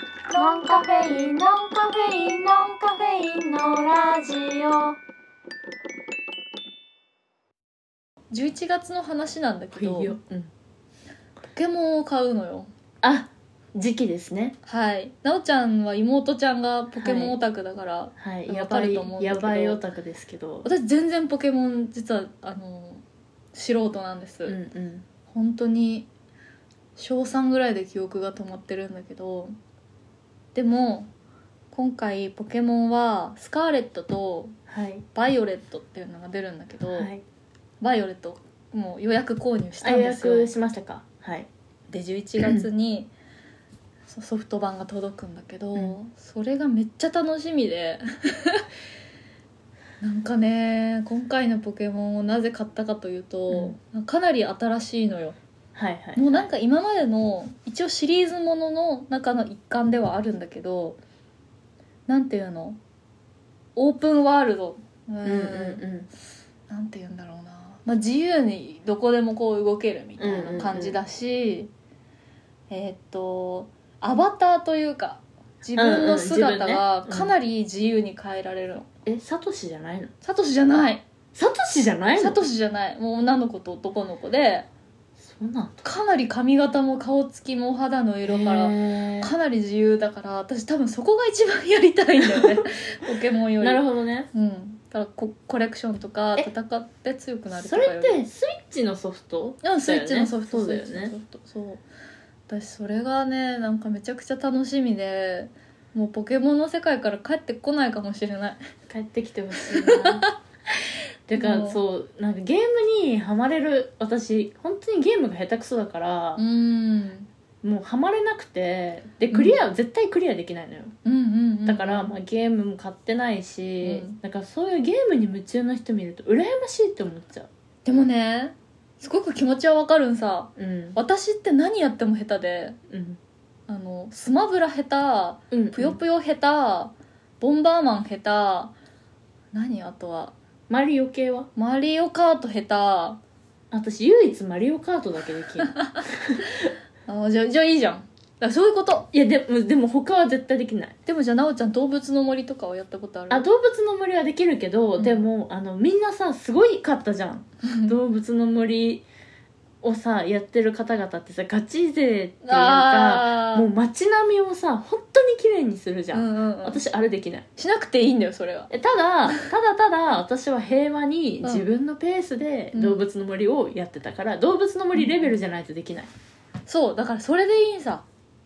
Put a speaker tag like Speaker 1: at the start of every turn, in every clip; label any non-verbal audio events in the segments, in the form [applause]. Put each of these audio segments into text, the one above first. Speaker 1: ンカフェインノンカフェインノンカフェインのラジオ
Speaker 2: 11月の話なんだけど、
Speaker 3: 冬うん
Speaker 2: ポケモンを買うのよ
Speaker 3: あ時期ですね
Speaker 2: はい奈緒ちゃんは妹ちゃんがポケモンオタクだから、
Speaker 3: はいや
Speaker 2: わか
Speaker 3: ば
Speaker 2: る
Speaker 3: い
Speaker 2: と思うんだけ
Speaker 3: や
Speaker 2: ど
Speaker 3: ばいオタクですけど
Speaker 2: 私全然ポケモン実はあの素人なんです、
Speaker 3: うんうん
Speaker 2: 本当に小3ぐらいで記憶が止まってるんだけどでも今回ポケモンはスカーレットと
Speaker 3: はい
Speaker 2: バイオレットっていうのが出るんだけど、
Speaker 3: はい
Speaker 2: バイオレットもう予約購入し
Speaker 3: あ
Speaker 2: たん
Speaker 3: 予
Speaker 2: ですよ
Speaker 3: 約しましたかはい
Speaker 2: で11月にそソフト版が届くんだけど、
Speaker 3: うん
Speaker 2: それがめっちゃ楽しみで [laughs] なんかね今回のポケモンをなぜ買ったかというと、かなり新しいのよ
Speaker 3: はいはい
Speaker 2: もうなんか今までの一応シリーズものの中の一環ではあるんだけどなんていうのオープンワールドうん
Speaker 3: うんうんう
Speaker 2: なんて言うんだろうな、まあ、自由にどこでもこう動けるみたいな感じだし、えーっとアバターというか自分の姿
Speaker 3: うんうん
Speaker 2: が
Speaker 3: 自分ねうん
Speaker 2: かなり自由に変えられるの、
Speaker 3: んえサトシじゃないの
Speaker 2: サトシじゃない
Speaker 3: サトシじゃないの
Speaker 2: サトシじゃないもう女の子と男の子で
Speaker 3: そうなんだ
Speaker 2: かなり髪型も顔つきもお肌の色から
Speaker 3: へー
Speaker 2: かなり自由だから私多分そこが一番やりたいんだよ
Speaker 3: [laughs]
Speaker 2: ねポケモンより
Speaker 3: なるほどね
Speaker 2: うん、だからココレクションとか
Speaker 3: え
Speaker 2: 戦って強くなると
Speaker 3: そ
Speaker 2: かより
Speaker 3: れってスイッチのソフト
Speaker 2: うん、スイッチのソフト
Speaker 3: そうだよね
Speaker 2: スイッチのソフトそう私それがねなんかめちゃくちゃ楽しみでもうポケモンの世界から帰ってこないかもしれない
Speaker 3: 帰ってきてほしいなてか
Speaker 2: もう
Speaker 3: そうなんかゲームにハマれる私本当にゲームが下手くそだから
Speaker 2: う、ん
Speaker 3: もうハマれなくてでクリア、絶対クリアできないのよ
Speaker 2: うんうんうん
Speaker 3: だから、ま
Speaker 2: ま
Speaker 3: あ、ゲームも買ってないし、
Speaker 2: うん
Speaker 3: なんかそういうゲームに夢中な人見ると羨ましいって思っちゃう
Speaker 2: でもねすごく気持ちはわかるんさ
Speaker 3: うん
Speaker 2: 私って何やっても下手で
Speaker 3: うん
Speaker 2: あのスマブラ下
Speaker 3: うん
Speaker 2: 手ぷよぷよ下手ボンバーマン下手何あとは
Speaker 3: マリオ系は
Speaker 2: マリオカート下
Speaker 3: 私唯一マリオカートだけで
Speaker 2: [laughs]
Speaker 3: きる
Speaker 2: 手あじゃあじゃあいいじゃんだからそういうこと
Speaker 3: いやでもでも他は絶対できない
Speaker 2: でもじゃあ奈緒ちゃん動物の森とかはやったことある
Speaker 3: あ動物の森はできるけど、
Speaker 2: うん
Speaker 3: でもあのみんなさすごいかったじゃん
Speaker 2: [laughs] うん
Speaker 3: 動物の森をさやってる方々ってさガチ勢っていうか
Speaker 2: ああ
Speaker 3: もう街並みをさ本当に綺麗にするじゃ、
Speaker 2: うんんうんうん、
Speaker 3: 私あれできない
Speaker 2: しなくていいんだよそれは
Speaker 3: えただただただ私は平和に自分のペースで
Speaker 2: うん
Speaker 3: 動物の森をやってたから、動物の森レベルじゃないとできない、
Speaker 2: そうだからそれでいいんさ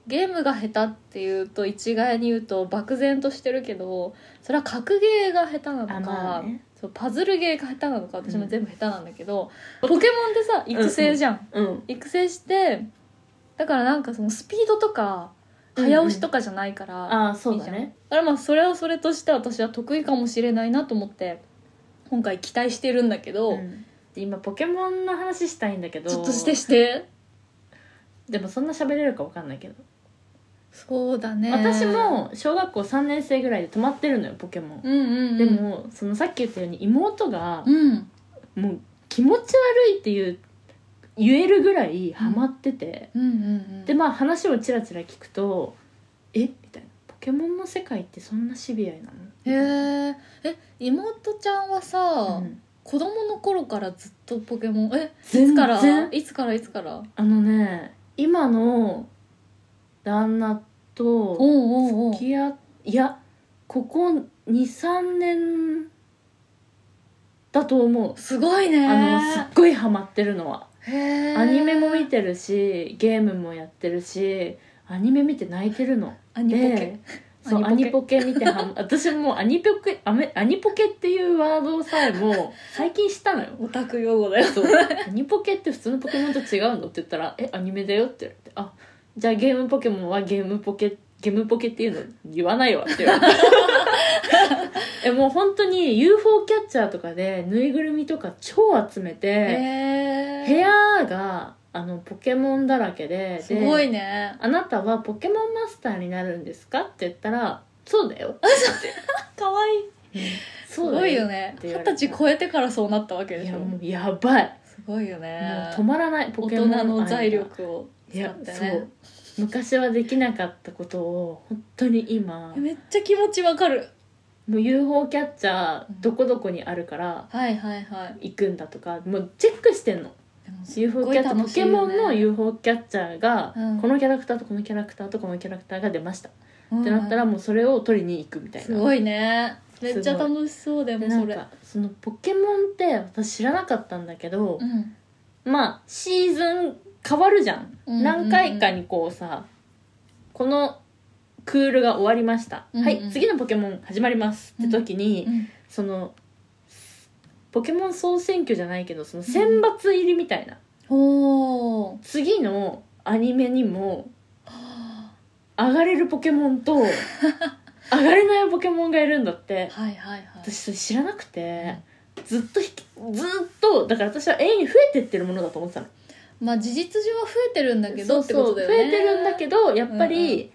Speaker 2: ゲームが下手っていうと一概に言うと漠然としてるけどそれは格ゲーが下手なのか、
Speaker 3: あまあね
Speaker 2: そうパズルゲーが下手なのか私も全部下手なんだけど、
Speaker 3: う
Speaker 2: ポ
Speaker 3: ん
Speaker 2: ケモンってさ育成じゃん、
Speaker 3: うん
Speaker 2: 育成してだからなんかそのスピードとか
Speaker 3: うんうん
Speaker 2: 早押しとかじゃないから、
Speaker 3: ああそうだ
Speaker 2: いいじゃん
Speaker 3: ね
Speaker 2: だからまあそれはそれとして私は得意かもしれないなと思って今回期待してるんだけど、
Speaker 3: うんで今ポケモンの話したいんだけど
Speaker 2: ちょっとしてして
Speaker 3: でもそんな喋れるか分かんないけど、
Speaker 2: そうだね
Speaker 3: 私も小学校3年生ぐらいで止まってるのよポケモン、
Speaker 2: うんうん、うん、
Speaker 3: でもそのさっき言ったように妹が
Speaker 2: うん
Speaker 3: もう気持ち悪いっていう言えるぐらいハマってて、
Speaker 2: うんうんうん
Speaker 3: でまあ話をチラチラ聞くと「えみたいな「ポケモンの世界ってそんなシビアなの?」
Speaker 2: へええ妹ちゃんはさ、
Speaker 3: うん
Speaker 2: 子供の頃からずっとポケモンえいつ
Speaker 3: 全
Speaker 2: から
Speaker 3: 然
Speaker 2: いつからいつから
Speaker 3: あのね今の旦那
Speaker 2: お
Speaker 3: と
Speaker 2: うおうおう
Speaker 3: 付き合いやここ23年だと思う
Speaker 2: すごいね
Speaker 3: あのすっごいハマってるのは
Speaker 2: へえ
Speaker 3: アニメも見てるしゲームもやってるしアニメ見て泣いてるの
Speaker 2: アニポケ
Speaker 3: でそうア
Speaker 2: アニ
Speaker 3: ニ
Speaker 2: ポ
Speaker 3: ポケ見ては
Speaker 2: [laughs]
Speaker 3: ん私もうアニポケアメアニポケっていうワードさえも最近知ったのよ
Speaker 2: オタク用語だよ
Speaker 3: そうアニポケって普通のポケモンと違うのって言ったら「えアニメだよ」って言われて「あじゃあゲームポケモンはゲームポケゲームポケっていうの言わないわ」って言
Speaker 2: [laughs]
Speaker 3: われてえもう本当に UFO キャッチャーとかでぬいぐるみとか超集めて
Speaker 2: へえ
Speaker 3: 部屋があのポケモンだらけで
Speaker 2: す
Speaker 3: で
Speaker 2: ごいね
Speaker 3: あなたはポケモンマスターになるんですか?」って言ったら「そうだよ」
Speaker 2: かわいいす
Speaker 3: そう
Speaker 2: ご
Speaker 3: だ
Speaker 2: いよ
Speaker 3: よ
Speaker 2: ね
Speaker 3: って
Speaker 2: 二
Speaker 3: 言われ
Speaker 2: 十
Speaker 3: た
Speaker 2: 歳超えてからそうなったわけで
Speaker 3: い
Speaker 2: し
Speaker 3: や
Speaker 2: ょ
Speaker 3: もうやばい
Speaker 2: すごいよ
Speaker 3: もう
Speaker 2: ね
Speaker 3: 止まらないポ
Speaker 2: 大
Speaker 3: ケ
Speaker 2: 人
Speaker 3: モン愛が
Speaker 2: の財力を
Speaker 3: い
Speaker 2: 使
Speaker 3: や
Speaker 2: って
Speaker 3: そ
Speaker 2: ね
Speaker 3: う昔はできなかったことを本当に今
Speaker 2: めっちゃ気持ちわかる
Speaker 3: もう UFO キャッチャーどこどこにあるから
Speaker 2: はいはいはい
Speaker 3: 行くんだとかもうチェックしてんの
Speaker 2: でも
Speaker 3: UFO キャッチャー、ポケモンの UFO キャッチャーが、
Speaker 2: うん
Speaker 3: このキャラクターとこのキャラクターとこのキャラクターが出ました、
Speaker 2: っ
Speaker 3: ってなったらもうそれを取りに行くみたいな
Speaker 2: すごいねめっちゃ楽しそうでも
Speaker 3: でな
Speaker 2: そ
Speaker 3: ん
Speaker 2: れ
Speaker 3: かそのポケモンって私知らなかったんだけど、
Speaker 2: うん
Speaker 3: まあシーズン変わるじゃん,、
Speaker 2: うんうんうん
Speaker 3: 何回かにこうさこのクールが終わりました、
Speaker 2: うんうん
Speaker 3: はい次のポケモン始まりますって時に、
Speaker 2: うん
Speaker 3: そのポケモン総選挙じゃないけどその選抜入りみたいな、
Speaker 2: ほー
Speaker 3: 次のアニメにも上がれるポケ
Speaker 2: [laughs]
Speaker 3: モンと上がれないポケモンがいるんだって
Speaker 2: はいはいはい
Speaker 3: 私それ知らなくて、ずっと引きずっとだから私は永遠に増えてってるものだと思ってたの
Speaker 2: まあ事実上は増えてるんだけ
Speaker 3: そ
Speaker 2: ど
Speaker 3: う
Speaker 2: って
Speaker 3: そ
Speaker 2: こ
Speaker 3: う
Speaker 2: とだよ
Speaker 3: 増
Speaker 2: ね
Speaker 3: えてるんだけどやっぱり、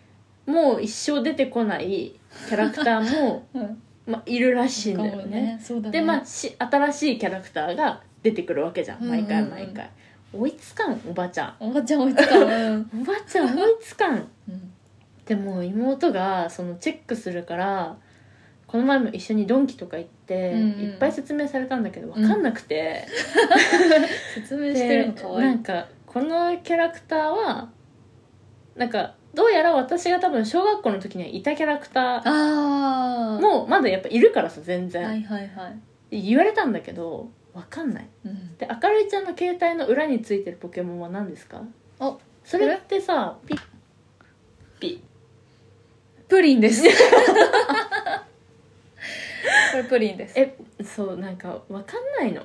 Speaker 3: もう一生出てこないキャラクター [laughs] も、
Speaker 2: ど、うん、
Speaker 3: まあ、いるらしいんだよ
Speaker 2: かも
Speaker 3: ね
Speaker 2: そうだね
Speaker 3: でまあし新しいキャラクターが出てくるわけじゃん毎
Speaker 2: うん
Speaker 3: 回
Speaker 2: うんう
Speaker 3: 毎
Speaker 2: ん
Speaker 3: 回、追いつかんおばちゃん
Speaker 2: おばちゃん追いつ [laughs] かん
Speaker 3: おばちゃん追いつか
Speaker 2: う
Speaker 3: ん
Speaker 2: ん
Speaker 3: でも妹がそのチェックするからこの前も一緒にドンキとか行って、
Speaker 2: うんうん
Speaker 3: いっぱい説明されたんだけど分かんなくて、
Speaker 2: 説明して
Speaker 3: で
Speaker 2: るのかわい
Speaker 3: ないんかこのキャラクターはなんかどうやら私が多分小学校の時にはいたキャラクター
Speaker 2: ああ
Speaker 3: もまだやっぱいるからさ全然、
Speaker 2: はいはいはい、
Speaker 3: で言われたんだけどわかんない
Speaker 2: うん、
Speaker 3: で明るいちゃんの携帯の裏についてるポケモンは何ですか
Speaker 2: あ
Speaker 3: それってさピッピ
Speaker 2: プリン [laughs] ですこれプリンです
Speaker 3: えそうなんかわかんないの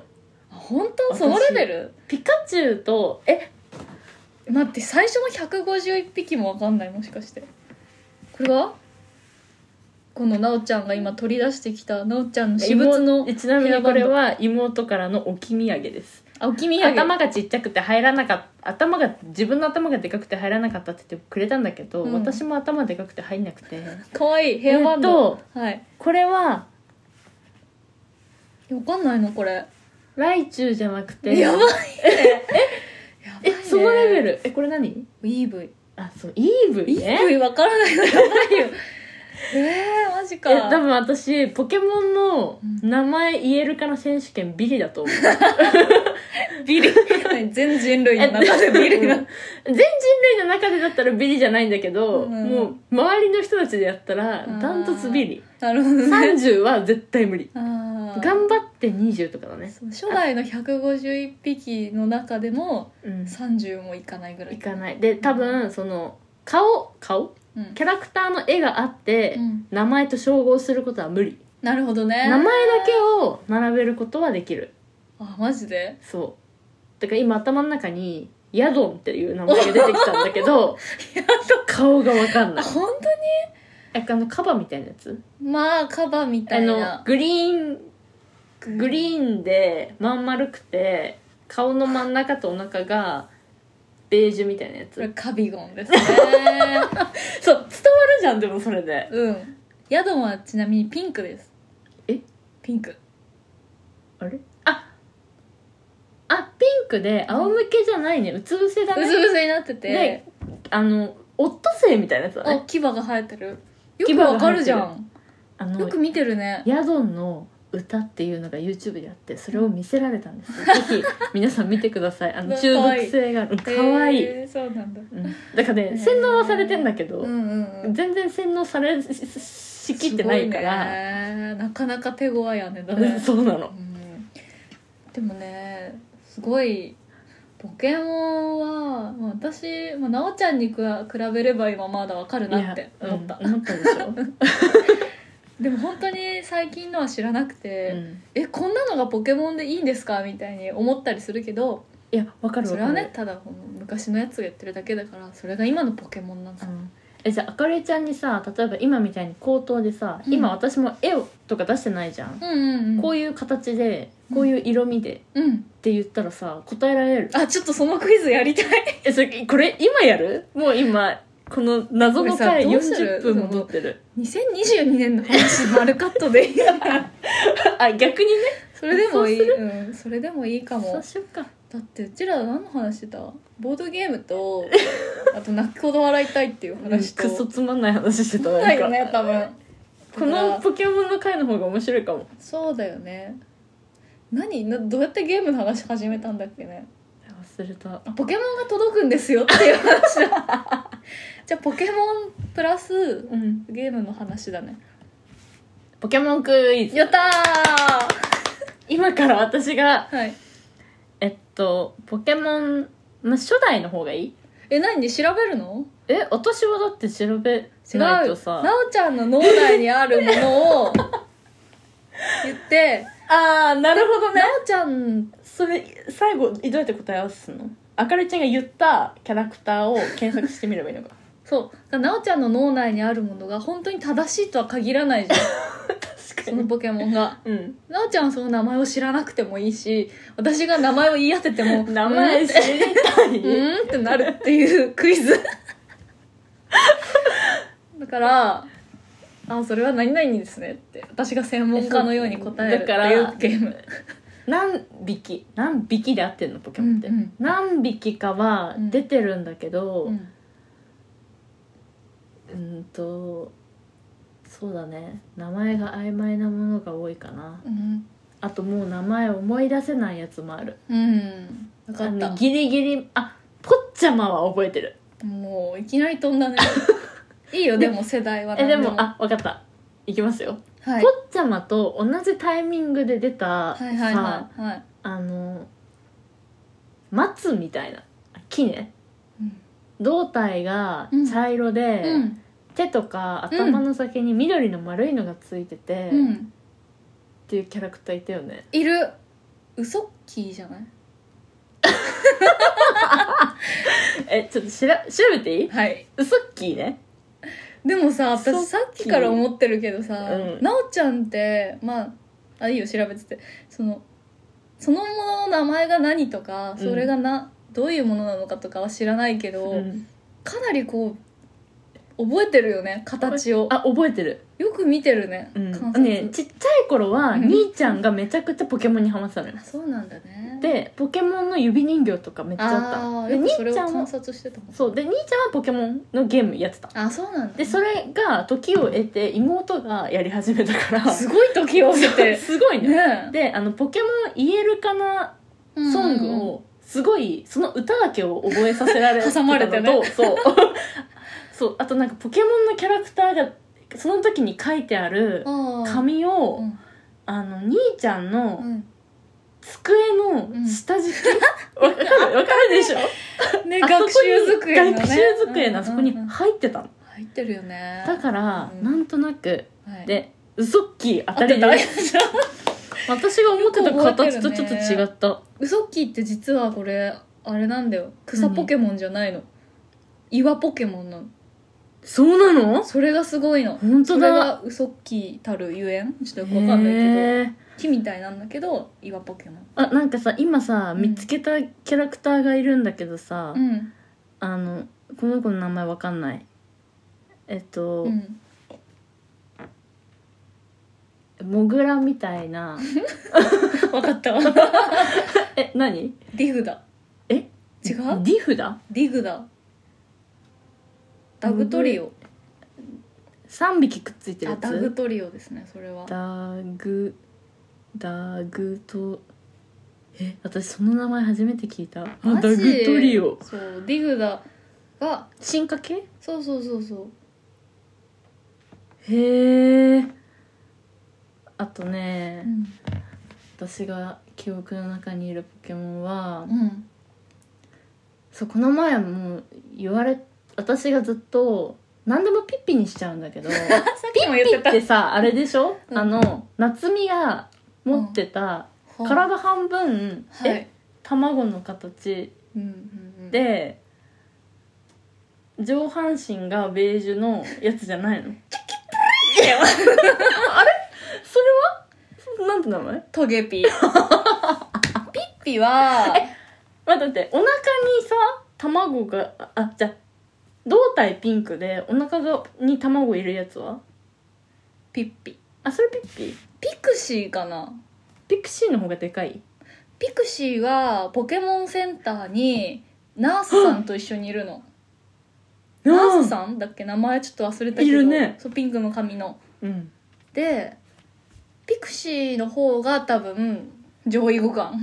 Speaker 2: 本当そのレベル
Speaker 3: ピカチュウとえ
Speaker 2: 待って最初の151匹もわかんないもしかしてこれはこのなおちゃんが今取り出してきたなおちゃんの私物の
Speaker 3: 妹ちなみにこれは妹からの置き土産です
Speaker 2: あおきみや
Speaker 3: 頭がちっちゃくて入らなかった頭が自分の頭がでかくて入らなかったって言ってくれたんだけど、
Speaker 2: うん
Speaker 3: 私も頭でかくて入んなくて
Speaker 2: かわいいヘアバンド、はい
Speaker 3: これは
Speaker 2: わかんないのこれ
Speaker 3: ライチュウじゃなくて
Speaker 2: やばいねやばい
Speaker 3: え
Speaker 2: ね
Speaker 3: そのレベルえこれ何
Speaker 2: EV
Speaker 3: あそうイーブイね
Speaker 2: EV わからないのや
Speaker 3: [laughs]
Speaker 2: ばいよえー、マジか
Speaker 3: え多分私ポケモンの名前言えるかな選手権ビリだと思う [laughs]
Speaker 2: ビリ全人類
Speaker 3: え
Speaker 2: の中でビリな
Speaker 3: うん全人類の中でだったらビリじゃないんだけど、
Speaker 2: うん
Speaker 3: もう周りの人たちでやったら
Speaker 2: ー
Speaker 3: ダントツビリ
Speaker 2: なるほどね
Speaker 3: 30は絶対無理
Speaker 2: あー
Speaker 3: 頑張って20とかだね、
Speaker 2: そう初代の151匹の中でも
Speaker 3: うん、
Speaker 2: 30もいかないぐらい
Speaker 3: いかないで多分その顔顔
Speaker 2: うん
Speaker 3: キャラクターの絵があって、
Speaker 2: うん
Speaker 3: 名前と照合することは無理
Speaker 2: なるほどね
Speaker 3: 名前だけを並べることはできる
Speaker 2: あマジで
Speaker 3: そうだから今頭の中にヤドンっていう名前が出てきたんだけ
Speaker 2: [laughs]
Speaker 3: ど顔がわかんな
Speaker 2: あ
Speaker 3: い
Speaker 2: 本
Speaker 3: えあのカバみたいなやつ
Speaker 2: 当にまあカバみた
Speaker 3: あ
Speaker 2: い
Speaker 3: の
Speaker 2: な
Speaker 3: グリーングリーンでまん丸くて顔の真ん中とお腹がベージュみたいなやつ
Speaker 2: これカビゴン
Speaker 3: [laughs]
Speaker 2: ですね
Speaker 3: そう伝わるじゃんでもそれで
Speaker 2: うんヤドンはちなみにピンクです
Speaker 3: え
Speaker 2: ピンク
Speaker 3: あれああピンクで仰向けじゃないねうつ伏せだ
Speaker 2: う
Speaker 3: ね
Speaker 2: ずうずになってて
Speaker 3: ねあのオットセイみたいなやつだ
Speaker 2: あ
Speaker 3: ね
Speaker 2: 牙が生えてるよ
Speaker 3: 牙
Speaker 2: く
Speaker 3: が
Speaker 2: わかるじゃん
Speaker 3: あ
Speaker 2: よ
Speaker 3: の
Speaker 2: く見てるね
Speaker 3: ヤドンの歌っていうのが YouTube であってそれを見せられた
Speaker 2: [laughs]
Speaker 3: んですぜひ皆さん見てくださいあの
Speaker 2: うん
Speaker 3: 中毒性があるかわいい、
Speaker 2: へーそうなんだ
Speaker 3: うん、だから
Speaker 2: へー
Speaker 3: ね洗脳はされてんだけど、
Speaker 2: うんうんうん
Speaker 3: 全然洗脳されしししきってないから
Speaker 2: すごいねなかなか手強いやねだね
Speaker 3: [laughs] そうなの
Speaker 2: うんでもねすごいポケモンはまあ私、まあ、なおちゃんにくわ比べれば今まだわかるなって
Speaker 3: いや
Speaker 2: 思った、
Speaker 3: うん思ったでしょ、
Speaker 2: でも本当に最近のは知らなくて、
Speaker 3: うん
Speaker 2: [laughs] えこんなのがポケモンでいいんですかみたいに思ったりするけど
Speaker 3: いやわかるわかる
Speaker 2: それはねただこの昔のやつがやってるだけだからそれが今のポケモンなんですよ
Speaker 3: えじゃああかりちゃんにさ例えば今みたいに口頭でさ、
Speaker 2: うん
Speaker 3: 今私も絵をとか出してないじゃん、
Speaker 2: うんうんうん
Speaker 3: こういう形でこういう色味で、っ
Speaker 2: うん
Speaker 3: て言ったらさ答えられる
Speaker 2: あちょっとそのクイズやりた
Speaker 3: [laughs]
Speaker 2: い
Speaker 3: えそれこれ今やるもう今この謎の回
Speaker 2: これさどうする
Speaker 3: 40分も撮ってる
Speaker 2: 2022年の話丸カットでいいよ
Speaker 3: [laughs] あ逆にね
Speaker 2: [laughs] それでもいい
Speaker 3: そう
Speaker 2: うん、それでもいいか
Speaker 3: そう
Speaker 2: も
Speaker 3: しようか
Speaker 2: だってうちら何の話してたボードゲーム
Speaker 3: [laughs]
Speaker 2: とあと泣くほど笑いたいっていう話と
Speaker 3: クソつまんない話してた
Speaker 2: そうだよね
Speaker 3: なんか
Speaker 2: 多分
Speaker 3: このポケモンの回の方が面白いかも
Speaker 2: そうだよね何などうやってゲームの話始めたんだっけね
Speaker 3: 忘れた
Speaker 2: あポケモンが届くんですよっていう話だ
Speaker 3: [laughs]
Speaker 2: じゃあポケモンプラス
Speaker 3: うん
Speaker 2: ゲームの話だね
Speaker 3: ポケモンクイズ
Speaker 2: やった
Speaker 3: 今から私が
Speaker 2: ーはい
Speaker 3: えっとポケモン、まあ、初代の方がいい
Speaker 2: え何調べるの
Speaker 3: え私はだって調べ
Speaker 2: 違う
Speaker 3: ないとさ
Speaker 2: なおちゃんの脳内にあるものを
Speaker 3: [laughs]
Speaker 2: 言って
Speaker 3: ああなるほど
Speaker 2: なおちゃん
Speaker 3: それ最後どうやって答え合わせすんのあかりちゃんが言ったキャラクターを検索してみればいいのか
Speaker 2: そうなおちゃんの脳内にあるものが本当に正しいとは限ら
Speaker 3: [laughs]
Speaker 2: ないじゃん
Speaker 3: [laughs] 確
Speaker 2: そのポケモンが
Speaker 3: うん
Speaker 2: なおちゃんはその名前を知らなくてもいいし私が名前を言い当てても
Speaker 3: 名前知りたい、
Speaker 2: うーんってなるっていうクイズ [laughs] だからあそれは何々ですねって私が専門家のように答えるっていうゲーム
Speaker 3: [laughs] 何匹何匹で合ってんのポケモンって、
Speaker 2: うんうん
Speaker 3: 何匹かは出てるんだけど
Speaker 2: う
Speaker 3: うん
Speaker 2: ん
Speaker 3: んとそうだね名前が曖昧なものが多いかな
Speaker 2: うん、
Speaker 3: あともう名前思い出せないやつもある
Speaker 2: うん、分か
Speaker 3: あ
Speaker 2: っ
Speaker 3: の
Speaker 2: た
Speaker 3: ギリギリあポッチャマは覚えてる
Speaker 2: もういきなり飛ん
Speaker 3: [laughs]
Speaker 2: だねいいよでも世代は
Speaker 3: え
Speaker 2: 何
Speaker 3: でもあわかったいきますよ
Speaker 2: はい
Speaker 3: ポッチャマと同じタイミングで出た
Speaker 2: はいはい
Speaker 3: さ
Speaker 2: はいはい、
Speaker 3: あの松みたいな木ね
Speaker 2: うん
Speaker 3: 胴体が茶色で、
Speaker 2: うん
Speaker 3: 手とか頭の先に緑の丸いのがついてて、
Speaker 2: う
Speaker 3: っ
Speaker 2: ん、
Speaker 3: ていうキャラクターいたよね
Speaker 2: いるウソッキーじゃない
Speaker 3: えちょっとしら調べていい
Speaker 2: はい
Speaker 3: ウソッキーね
Speaker 2: でもさ
Speaker 3: ウソッキー
Speaker 2: 私さっきから思ってるけどさ、
Speaker 3: うん
Speaker 2: なおちゃんってまああいいよ調べててそのそのものの名前が何とかそれがな、どういうものなのかとかは知らないけど、
Speaker 3: うん
Speaker 2: かなりこう覚えてるよね形を
Speaker 3: あ覚えてる、
Speaker 2: よく見てるね、
Speaker 3: うん
Speaker 2: 観察、
Speaker 3: ね、ちっちゃい頃は
Speaker 2: うん
Speaker 3: 兄ちゃんがめちゃくちゃポケモンにハマってたのよ
Speaker 2: あそうなんだね
Speaker 3: でポケモンの指人形とかめっちゃあ
Speaker 2: あ
Speaker 3: っ
Speaker 2: あ
Speaker 3: た
Speaker 2: ー
Speaker 3: で
Speaker 2: よ
Speaker 3: 兄
Speaker 2: くそれを
Speaker 3: ちゃん
Speaker 2: 観
Speaker 3: は
Speaker 2: 察してたもん
Speaker 3: そうで兄ちゃんはポケモンのゲームやってた
Speaker 2: あそうなんだ
Speaker 3: でそれが時を得て妹がやり始めたから
Speaker 2: すごい時を経 [laughs] て
Speaker 3: すごいね
Speaker 2: ね
Speaker 3: であのポケモン言えるかなソングをすごいその歌だけを覚えさせられ
Speaker 2: [laughs] 挟まれてね
Speaker 3: たのとそう [laughs] そうあとなんかポケモンのキャラクターがその時に書いてある
Speaker 2: 紙
Speaker 3: 紙を、
Speaker 2: うん
Speaker 3: あの兄ちゃん
Speaker 2: う
Speaker 3: の
Speaker 2: ん
Speaker 3: 机の下
Speaker 2: [laughs]
Speaker 3: 敷き、わかるわかるでしょ
Speaker 2: ね
Speaker 3: あそこ
Speaker 2: 学
Speaker 3: に
Speaker 2: 習机のね
Speaker 3: 学習机のあそこに
Speaker 2: うんうんうん
Speaker 3: 入ってたの、
Speaker 2: 入ってるよね
Speaker 3: だから、
Speaker 2: うん
Speaker 3: なんとなく
Speaker 2: はい
Speaker 3: でウソッキー当たり
Speaker 2: [laughs]
Speaker 3: で
Speaker 2: あ
Speaker 3: 私が思ってた形とちょっと違
Speaker 2: よ
Speaker 3: った、
Speaker 2: ウソッキーって実はこれあれなんだよ草ポケモンじゃないの岩ポケモンなの
Speaker 3: そうなの
Speaker 2: それがすごいの
Speaker 3: 本当
Speaker 2: それ
Speaker 3: だ
Speaker 2: がウソッキーたるゆえんちょっとよくわかんないけど
Speaker 3: へー
Speaker 2: 木みたいなんだけど岩ポケモン
Speaker 3: あなんかさ今さ
Speaker 2: うん
Speaker 3: 見つけたキャラクターがいるんだけどさ、
Speaker 2: うん
Speaker 3: あのこの子の名前わかんないえっと、
Speaker 2: うん
Speaker 3: モグラみたいな
Speaker 2: [laughs] わかったわ
Speaker 3: [laughs] え何
Speaker 2: ディグだ
Speaker 3: え
Speaker 2: 違う
Speaker 3: ディフだ
Speaker 2: ディグだダグトリオ
Speaker 3: 3匹くっついてる
Speaker 2: あ
Speaker 3: や
Speaker 2: ダグ
Speaker 3: つ
Speaker 2: トリオですねそれは
Speaker 3: ダグダグとえ私その名前初めて聞いたあダ
Speaker 2: マジ
Speaker 3: グトリオ
Speaker 2: そうディグダが
Speaker 3: 進化系
Speaker 2: そうそうそうそう
Speaker 3: へえあと
Speaker 2: う
Speaker 3: ね、
Speaker 2: ん、
Speaker 3: 私が記憶の中にいるポケモンは、
Speaker 2: うん、
Speaker 3: そうこの前も言われ私がずっと何でもピッピにしちゃうんだけ
Speaker 2: [laughs]
Speaker 3: どピッ
Speaker 2: さっきも言っ
Speaker 3: ピ
Speaker 2: て
Speaker 3: ったてさあれでしょ、
Speaker 2: うん
Speaker 3: あの夏美が持ってた、体半分、
Speaker 2: は
Speaker 3: え
Speaker 2: い、
Speaker 3: 卵の形
Speaker 2: うんうんうん、
Speaker 3: で上半身がベージュのやつじゃないのそれはなんて名前
Speaker 2: トゲピーピッピは
Speaker 3: 待って待ってお腹にさ卵がああじゃあ胴体ピンクでお腹がに卵いるやつは
Speaker 2: ピッピ
Speaker 3: あそれピッピ
Speaker 2: ピクシーかな
Speaker 3: ピクシーの方がでかい
Speaker 2: ピクシーはポケモンセンターにナースさんと一緒にいるのナースさんだっけ名前ちょっと忘れたけど
Speaker 3: いるね
Speaker 2: そうピンクの髪の
Speaker 3: うん
Speaker 2: でピクシーの方が多分上位互換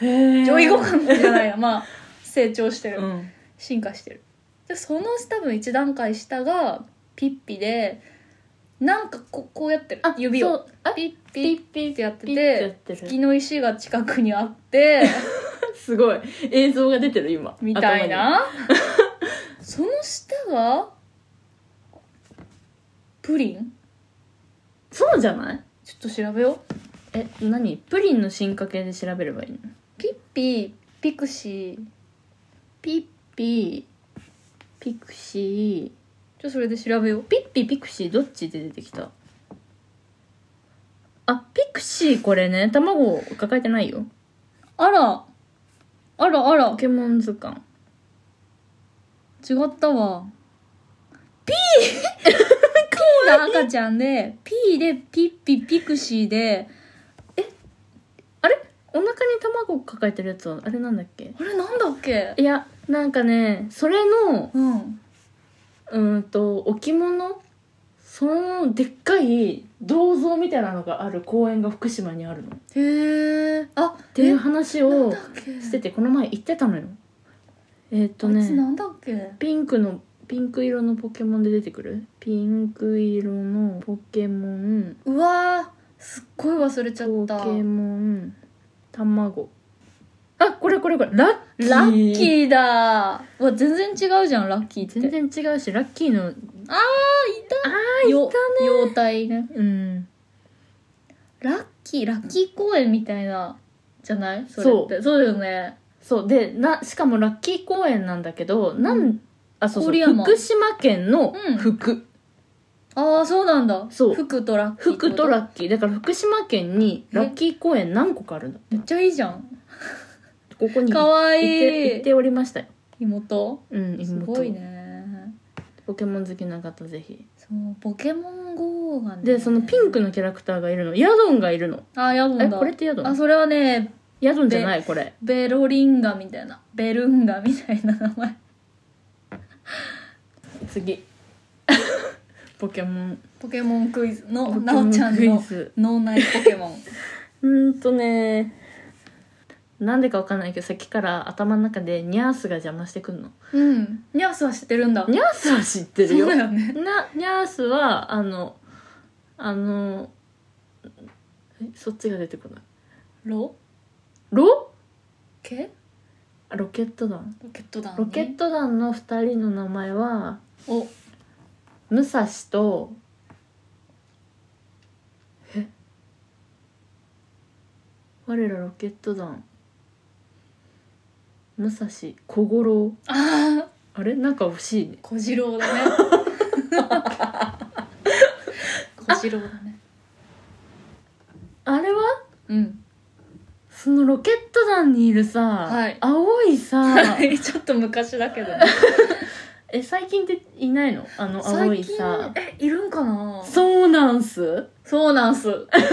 Speaker 3: へえ
Speaker 2: 上位互換じゃ
Speaker 3: [laughs]
Speaker 2: ないなまあ成長してる、
Speaker 3: うん
Speaker 2: 進化してるでその多分一段階下がピッピでなんかここうやってる指
Speaker 3: そ
Speaker 2: を
Speaker 3: うあ
Speaker 2: ピッピッピッってやって
Speaker 3: ピッてやっててる
Speaker 2: 月の石が近くにあ
Speaker 3: [laughs]
Speaker 2: って
Speaker 3: すごい映像が出てる今
Speaker 2: みたいなその下がプリン
Speaker 3: 頭にそうじゃない
Speaker 2: ちょっと調べよう
Speaker 3: え何プリンの進化系で調べればいいの
Speaker 2: ピッピピクシー
Speaker 3: ピッピーピクシ
Speaker 2: ちょっとそれで調べよう
Speaker 3: ーピッピピクシーどっちで出てきたあピクシーこれね卵抱えてないよ
Speaker 2: あらあらあら
Speaker 3: ポケモン図鑑
Speaker 2: 違ったわ [laughs] ピーピーが赤ちゃんでピーでピッピピクシーで
Speaker 3: あれお腹に卵抱えてるやつはあれなんだっけ
Speaker 2: あれなんだっけ
Speaker 3: いやなんかねそれの
Speaker 2: うん
Speaker 3: うーんと置物そのでっかい銅像みたいなのがある公園が福島にあるのっ
Speaker 2: へえあ
Speaker 3: てい
Speaker 2: え
Speaker 3: う話
Speaker 2: なん
Speaker 3: を
Speaker 2: だっけ
Speaker 3: しててこの前行ってたのよえっ、と
Speaker 2: あいつな
Speaker 3: ね
Speaker 2: んだっけ
Speaker 3: ピンクのピンク色のポケモンで出てくるピンク色のポケモン
Speaker 2: うわーすっごい忘れちゃ
Speaker 3: ポ
Speaker 2: った
Speaker 3: ケモン卵あこれこれこれラッキー
Speaker 2: ラッキーだうわ全然違うじゃんラッキーって
Speaker 3: 全然違うしラッキーの
Speaker 2: よ妖体ね
Speaker 3: うん
Speaker 2: ラッキーラッキー公園みたいなじゃないそ
Speaker 3: そう
Speaker 2: れってそうだよね
Speaker 3: そうでなしかもラッキー公園なんだけどなん、
Speaker 2: うん
Speaker 3: あそうそう
Speaker 2: 郡山
Speaker 3: 福島県の
Speaker 2: うん
Speaker 3: 福、
Speaker 2: ああそうなんだ
Speaker 3: そう
Speaker 2: 服とラッキー
Speaker 3: 福とラッキーだから福島県にラッキー公園何個かあるんだ
Speaker 2: めっちゃいいじゃん
Speaker 3: ここに
Speaker 2: かわい
Speaker 3: 行って
Speaker 2: い
Speaker 3: 行っておりましたよ
Speaker 2: 妹
Speaker 3: うん妹
Speaker 2: すごいね
Speaker 3: ポケモン好きな方ぜひ
Speaker 2: そうポケモン GO がね
Speaker 3: でそのピンクのキャラクターがいるのヤドンがいるの
Speaker 2: あヤドンだ
Speaker 3: えこれってヤド
Speaker 2: あ
Speaker 3: ン
Speaker 2: それはね
Speaker 3: ヤドンじゃないこれ
Speaker 2: ベロリンガみたいなベルンガみたいな名前
Speaker 3: [laughs] 次ポケモン
Speaker 2: ポケモンクイズ
Speaker 3: ポ
Speaker 2: の
Speaker 3: ケモン
Speaker 2: なおちゃん
Speaker 3: クイ
Speaker 2: の
Speaker 3: ズ
Speaker 2: 脳内ポケモン
Speaker 3: うーんとねなんでかわかんないけどさっきから頭の中でニャースが邪魔してくんの
Speaker 2: うんニャースは知ってるんだ
Speaker 3: ニャースは知ってる
Speaker 2: そ
Speaker 3: よ
Speaker 2: うだ
Speaker 3: [laughs] な
Speaker 2: よね
Speaker 3: ニャースはあのあのえそっちが出てこない
Speaker 2: ロ
Speaker 3: ロ
Speaker 2: ケ
Speaker 3: あロケット団
Speaker 2: ロケット団、ね、
Speaker 3: ロケット団の2人の名前は
Speaker 2: お
Speaker 3: 武蔵とえ我らロケット団武蔵小五郎
Speaker 2: ああ
Speaker 3: あれなんか欲しいね
Speaker 2: 小次郎だ [laughs] ね小次郎だね
Speaker 3: あれは
Speaker 2: うん
Speaker 3: そのロケット団にいるさ、
Speaker 2: はい
Speaker 3: 青いさ
Speaker 2: ちょっと昔だけどね [laughs]
Speaker 3: え最近っていないのあの青いさ
Speaker 2: えいるんかな
Speaker 3: そうなんす
Speaker 2: そうなんす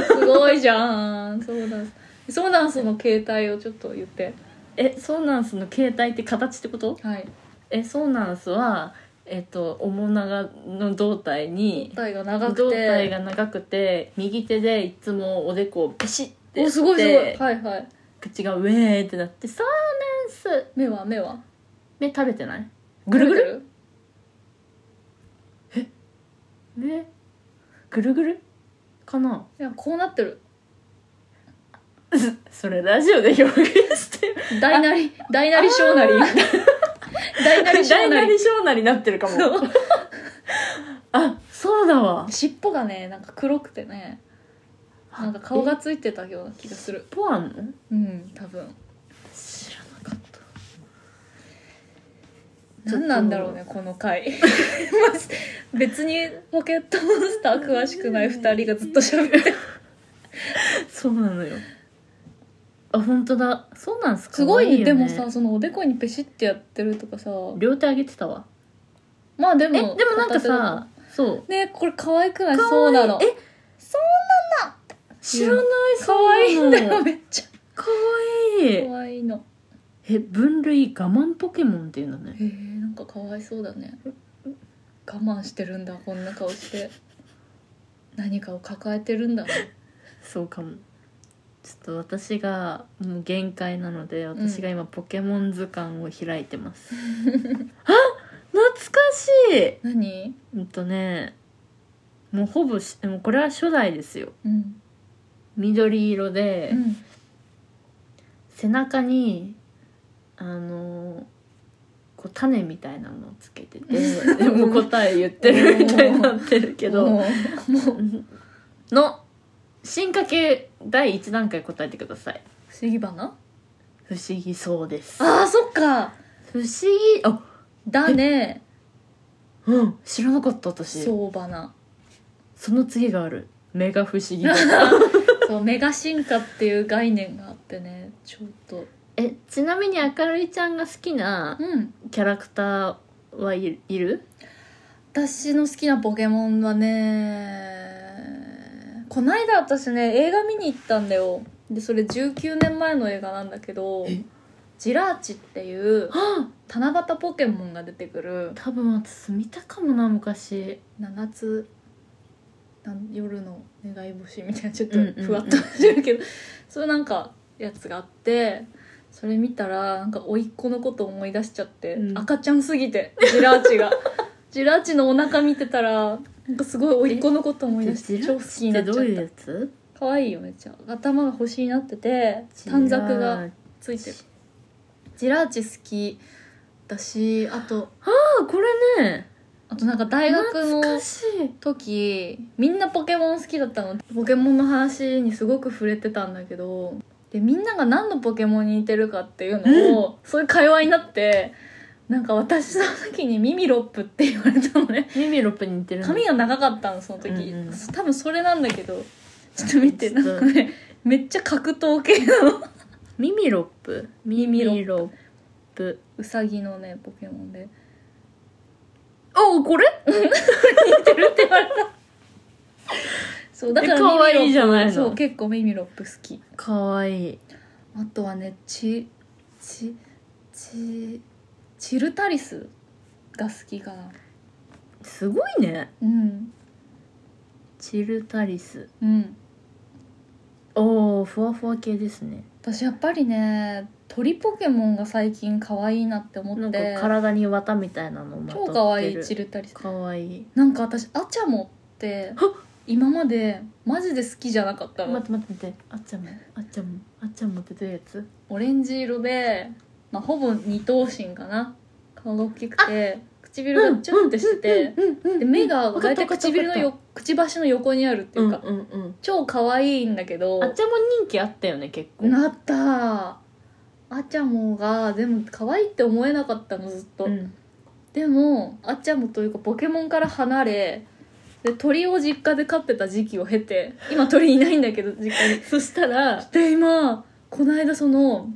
Speaker 2: すごいじゃんそうなんすそうなんすの携帯をちょっと言って
Speaker 3: えそうなんすの携帯って形ってこと
Speaker 2: はい
Speaker 3: えそうなんすはえっと面長の胴体に
Speaker 2: 胴体が長く
Speaker 3: 胴
Speaker 2: て
Speaker 3: 体が長くて右手でいつもおでこをペシッて
Speaker 2: おすごいすごい
Speaker 3: やって
Speaker 2: はいはい
Speaker 3: 口がウェーってなってそうなんす
Speaker 2: 目は目は
Speaker 3: 目食べてないぐるぐる目ぐるぐるかない
Speaker 2: やこうなってる
Speaker 3: [laughs] それラジオで表現して
Speaker 2: 大なり大なり小なり [laughs] 大なり小
Speaker 3: 大
Speaker 2: な
Speaker 3: な
Speaker 2: り
Speaker 3: り小なりになってるかも
Speaker 2: そ
Speaker 3: [laughs] あそうだわ
Speaker 2: 尻尾がねなんか黒くてねなんか顔がついてたような気がする
Speaker 3: ポアンの [laughs]
Speaker 2: うん多分
Speaker 3: 知らなかったちょっ
Speaker 2: 何
Speaker 3: と
Speaker 2: なんだろうねこの
Speaker 3: [laughs]
Speaker 2: 回まず別にポケットモンスター詳しくない2人がずっと喋って
Speaker 3: そうなのよあ本当だそうなんすか
Speaker 2: すごいね
Speaker 3: よ
Speaker 2: でもさそのおでこにペシってやってるとかさ
Speaker 3: 両手上げてたわ
Speaker 2: まあでも
Speaker 3: えでもなんか
Speaker 2: 片手だ
Speaker 3: さそう
Speaker 2: ねこれ可愛くないそうなの
Speaker 3: え
Speaker 2: 知らない
Speaker 3: 可
Speaker 2: 可愛
Speaker 3: 愛
Speaker 2: い
Speaker 3: い
Speaker 2: ん
Speaker 3: ん
Speaker 2: だ
Speaker 3: だ
Speaker 2: よ [laughs]
Speaker 3: よ
Speaker 2: めっちゃ
Speaker 3: かわいい
Speaker 2: かわいいの
Speaker 3: え分類我慢ポケモンっていうんだね
Speaker 2: へえー、なんかかわいそうだね我慢してるんだこんな顔して何かを抱えてるんだね
Speaker 3: そうかもちょっと私がもう限界なので私が今ポケモン図鑑を開いて [laughs] ます、あ懐かしい
Speaker 2: 何
Speaker 3: うんとねもうほぼしでもこれは初代ですよ
Speaker 2: うん
Speaker 3: 緑色で、
Speaker 2: うん
Speaker 3: 背中にあのーこう種みたいなのをつけて
Speaker 2: [laughs]
Speaker 3: てでも答え言ってるみたいになってるけど
Speaker 2: もうもう
Speaker 3: の進化系第1段階答えてください
Speaker 2: 不思議花
Speaker 3: 不思議そうです
Speaker 2: あーそっか
Speaker 3: 不思議あ
Speaker 2: だね
Speaker 3: うん知らなかった私
Speaker 2: そう
Speaker 3: そ
Speaker 2: [laughs] 花
Speaker 3: の次があるメガ不思議
Speaker 2: そうメガ進化っていう概念があってねちょっと
Speaker 3: えちなみに明るいちゃんが好きな
Speaker 2: うん
Speaker 3: キャラクターはいいる
Speaker 2: 私の好きなポケモンはねこないだ私ね映画見に行ったんだよでそれ19年前の映画なんだけど
Speaker 3: え
Speaker 2: ジラーチっていう
Speaker 3: あ
Speaker 2: 七夕ポケモンが出てくる
Speaker 3: 多分私見たかもな昔
Speaker 2: 7つなん夜の願い星みたいなちょっと
Speaker 3: うんうんうん
Speaker 2: ふわっとしてるけど、そういうなんかやつがあってそれ見たらなんか甥っ子のこと思い出しちゃって、
Speaker 3: うん
Speaker 2: 赤ちゃんすぎてジラーチ
Speaker 3: [laughs]
Speaker 2: がジラーチのお腹見てたらなんかすごい甥っ子のこと思い出して
Speaker 3: ジ
Speaker 2: 超
Speaker 3: ラ
Speaker 2: 好
Speaker 3: ッ
Speaker 2: き
Speaker 3: チ
Speaker 2: に
Speaker 3: っ
Speaker 2: な
Speaker 3: て
Speaker 2: っちゃ
Speaker 3: ど
Speaker 2: っ
Speaker 3: ういう
Speaker 2: た
Speaker 3: やつ
Speaker 2: 可愛いよめっちゃ頭が星になってて短冊がついてるジラーチ好きだしあと
Speaker 3: あこれね
Speaker 2: あとなんか大学の
Speaker 3: 懐かしい
Speaker 2: 時みんなポケモン好きだったのポケモンの話にすごく触れてたんだけどでみんなが何のポケモンに似てるかっていうのを、そういう会話になってなんか私その時にミミロップって言われたのね
Speaker 3: ミミロップに似てるの
Speaker 2: 髪が長かったのその時、
Speaker 3: うんうん
Speaker 2: 多分それなんだけどちょっと見て
Speaker 3: ちょ
Speaker 2: な
Speaker 3: っと
Speaker 2: んかねめっちゃ格闘系の [laughs]
Speaker 3: ミミロップミ
Speaker 2: ミロップ
Speaker 3: ロップ
Speaker 2: ウサギのねポケモンで
Speaker 3: おこれ
Speaker 2: 似てるって言われたそうだから
Speaker 3: え可愛いじゃないの
Speaker 2: そう結構ミミロップ好き
Speaker 3: かわいい
Speaker 2: あとはねチチチチルタリスが好きかな
Speaker 3: すごいね
Speaker 2: うん
Speaker 3: チルタリス
Speaker 2: うん
Speaker 3: おおふわふわ系ですね
Speaker 2: 私やっぱりね鳥ポケモンが最近可愛いなって思
Speaker 3: な
Speaker 2: っ
Speaker 3: んか
Speaker 2: て
Speaker 3: 体に綿みたいなのまとっ
Speaker 2: 超
Speaker 3: てる
Speaker 2: 可愛いチルタリス
Speaker 3: かわいい
Speaker 2: なんか私アチャモって
Speaker 3: はっ
Speaker 2: 今までマジで好きじゃなかったの、
Speaker 3: 待って待って待ってあっちゃんもあっちゃんもあっちゃんもってどういうやつ
Speaker 2: オレンジ色で、まあ、ほぼ二頭身かな顔が大きくて唇がチュンってしてて、で目が大体唇のよくちばしの横にあるっていうか、
Speaker 3: うんうんうん
Speaker 2: 超可愛いんだけど
Speaker 3: あっちゃんも人気あったよね結構
Speaker 2: なったあちゃもがでも可愛いって思えなかったのずっと、
Speaker 3: うん
Speaker 2: でもあちゃもというかポケモンから離れで鳥を実家で飼ってた時期を経て今鳥いないんだ
Speaker 3: [laughs]
Speaker 2: けど実家に
Speaker 3: そしたら
Speaker 2: で今この間その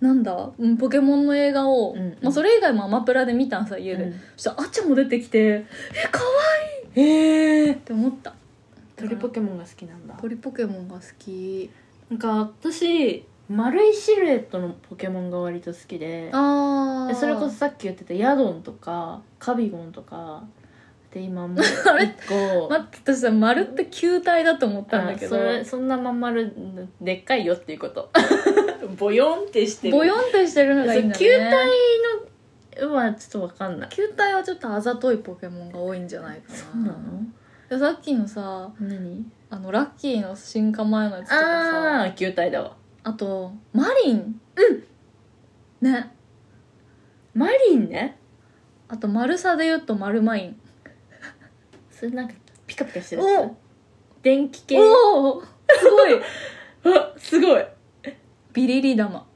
Speaker 2: なんだ、うん、ポケモンの映画を、
Speaker 3: うんうん
Speaker 2: まあ、それ以外もアマプラで見たんさ家で、
Speaker 3: うん
Speaker 2: そしたらあちゃも出てきてえ可愛いへえって思った
Speaker 3: 鳥ポケモンが好きなんだ
Speaker 2: 鳥ポケモンが好き
Speaker 3: なんか私丸いシルエットのポケモンが割と好きで
Speaker 2: あ
Speaker 3: でそれこそさっき言ってたヤドンとかカビゴンとかで今もう
Speaker 2: [laughs] あれ
Speaker 3: 一個
Speaker 2: 待って私さ丸って球体だと思ったんだけど
Speaker 3: あそれそんなまん丸でっかいよっていうこと [laughs] ボヨンってしてる
Speaker 2: ボヨンってしてるのがいいんだね
Speaker 3: そう球体ンはちょっとわかんない
Speaker 2: 球体はちょっとあざといポケモンが多いんじゃないかな
Speaker 3: そうなの
Speaker 2: いやさっきのさ
Speaker 3: 何
Speaker 2: あのラッキーの進化前のやつとかさ
Speaker 3: ああー球体だわ
Speaker 2: あとマリンうんね
Speaker 3: マリンね
Speaker 2: あと丸さで言うと丸マイン
Speaker 3: それなんかピカピカしてるやつ
Speaker 2: お
Speaker 3: 電気系
Speaker 2: おーすごい
Speaker 3: あすごい
Speaker 2: ビリリ玉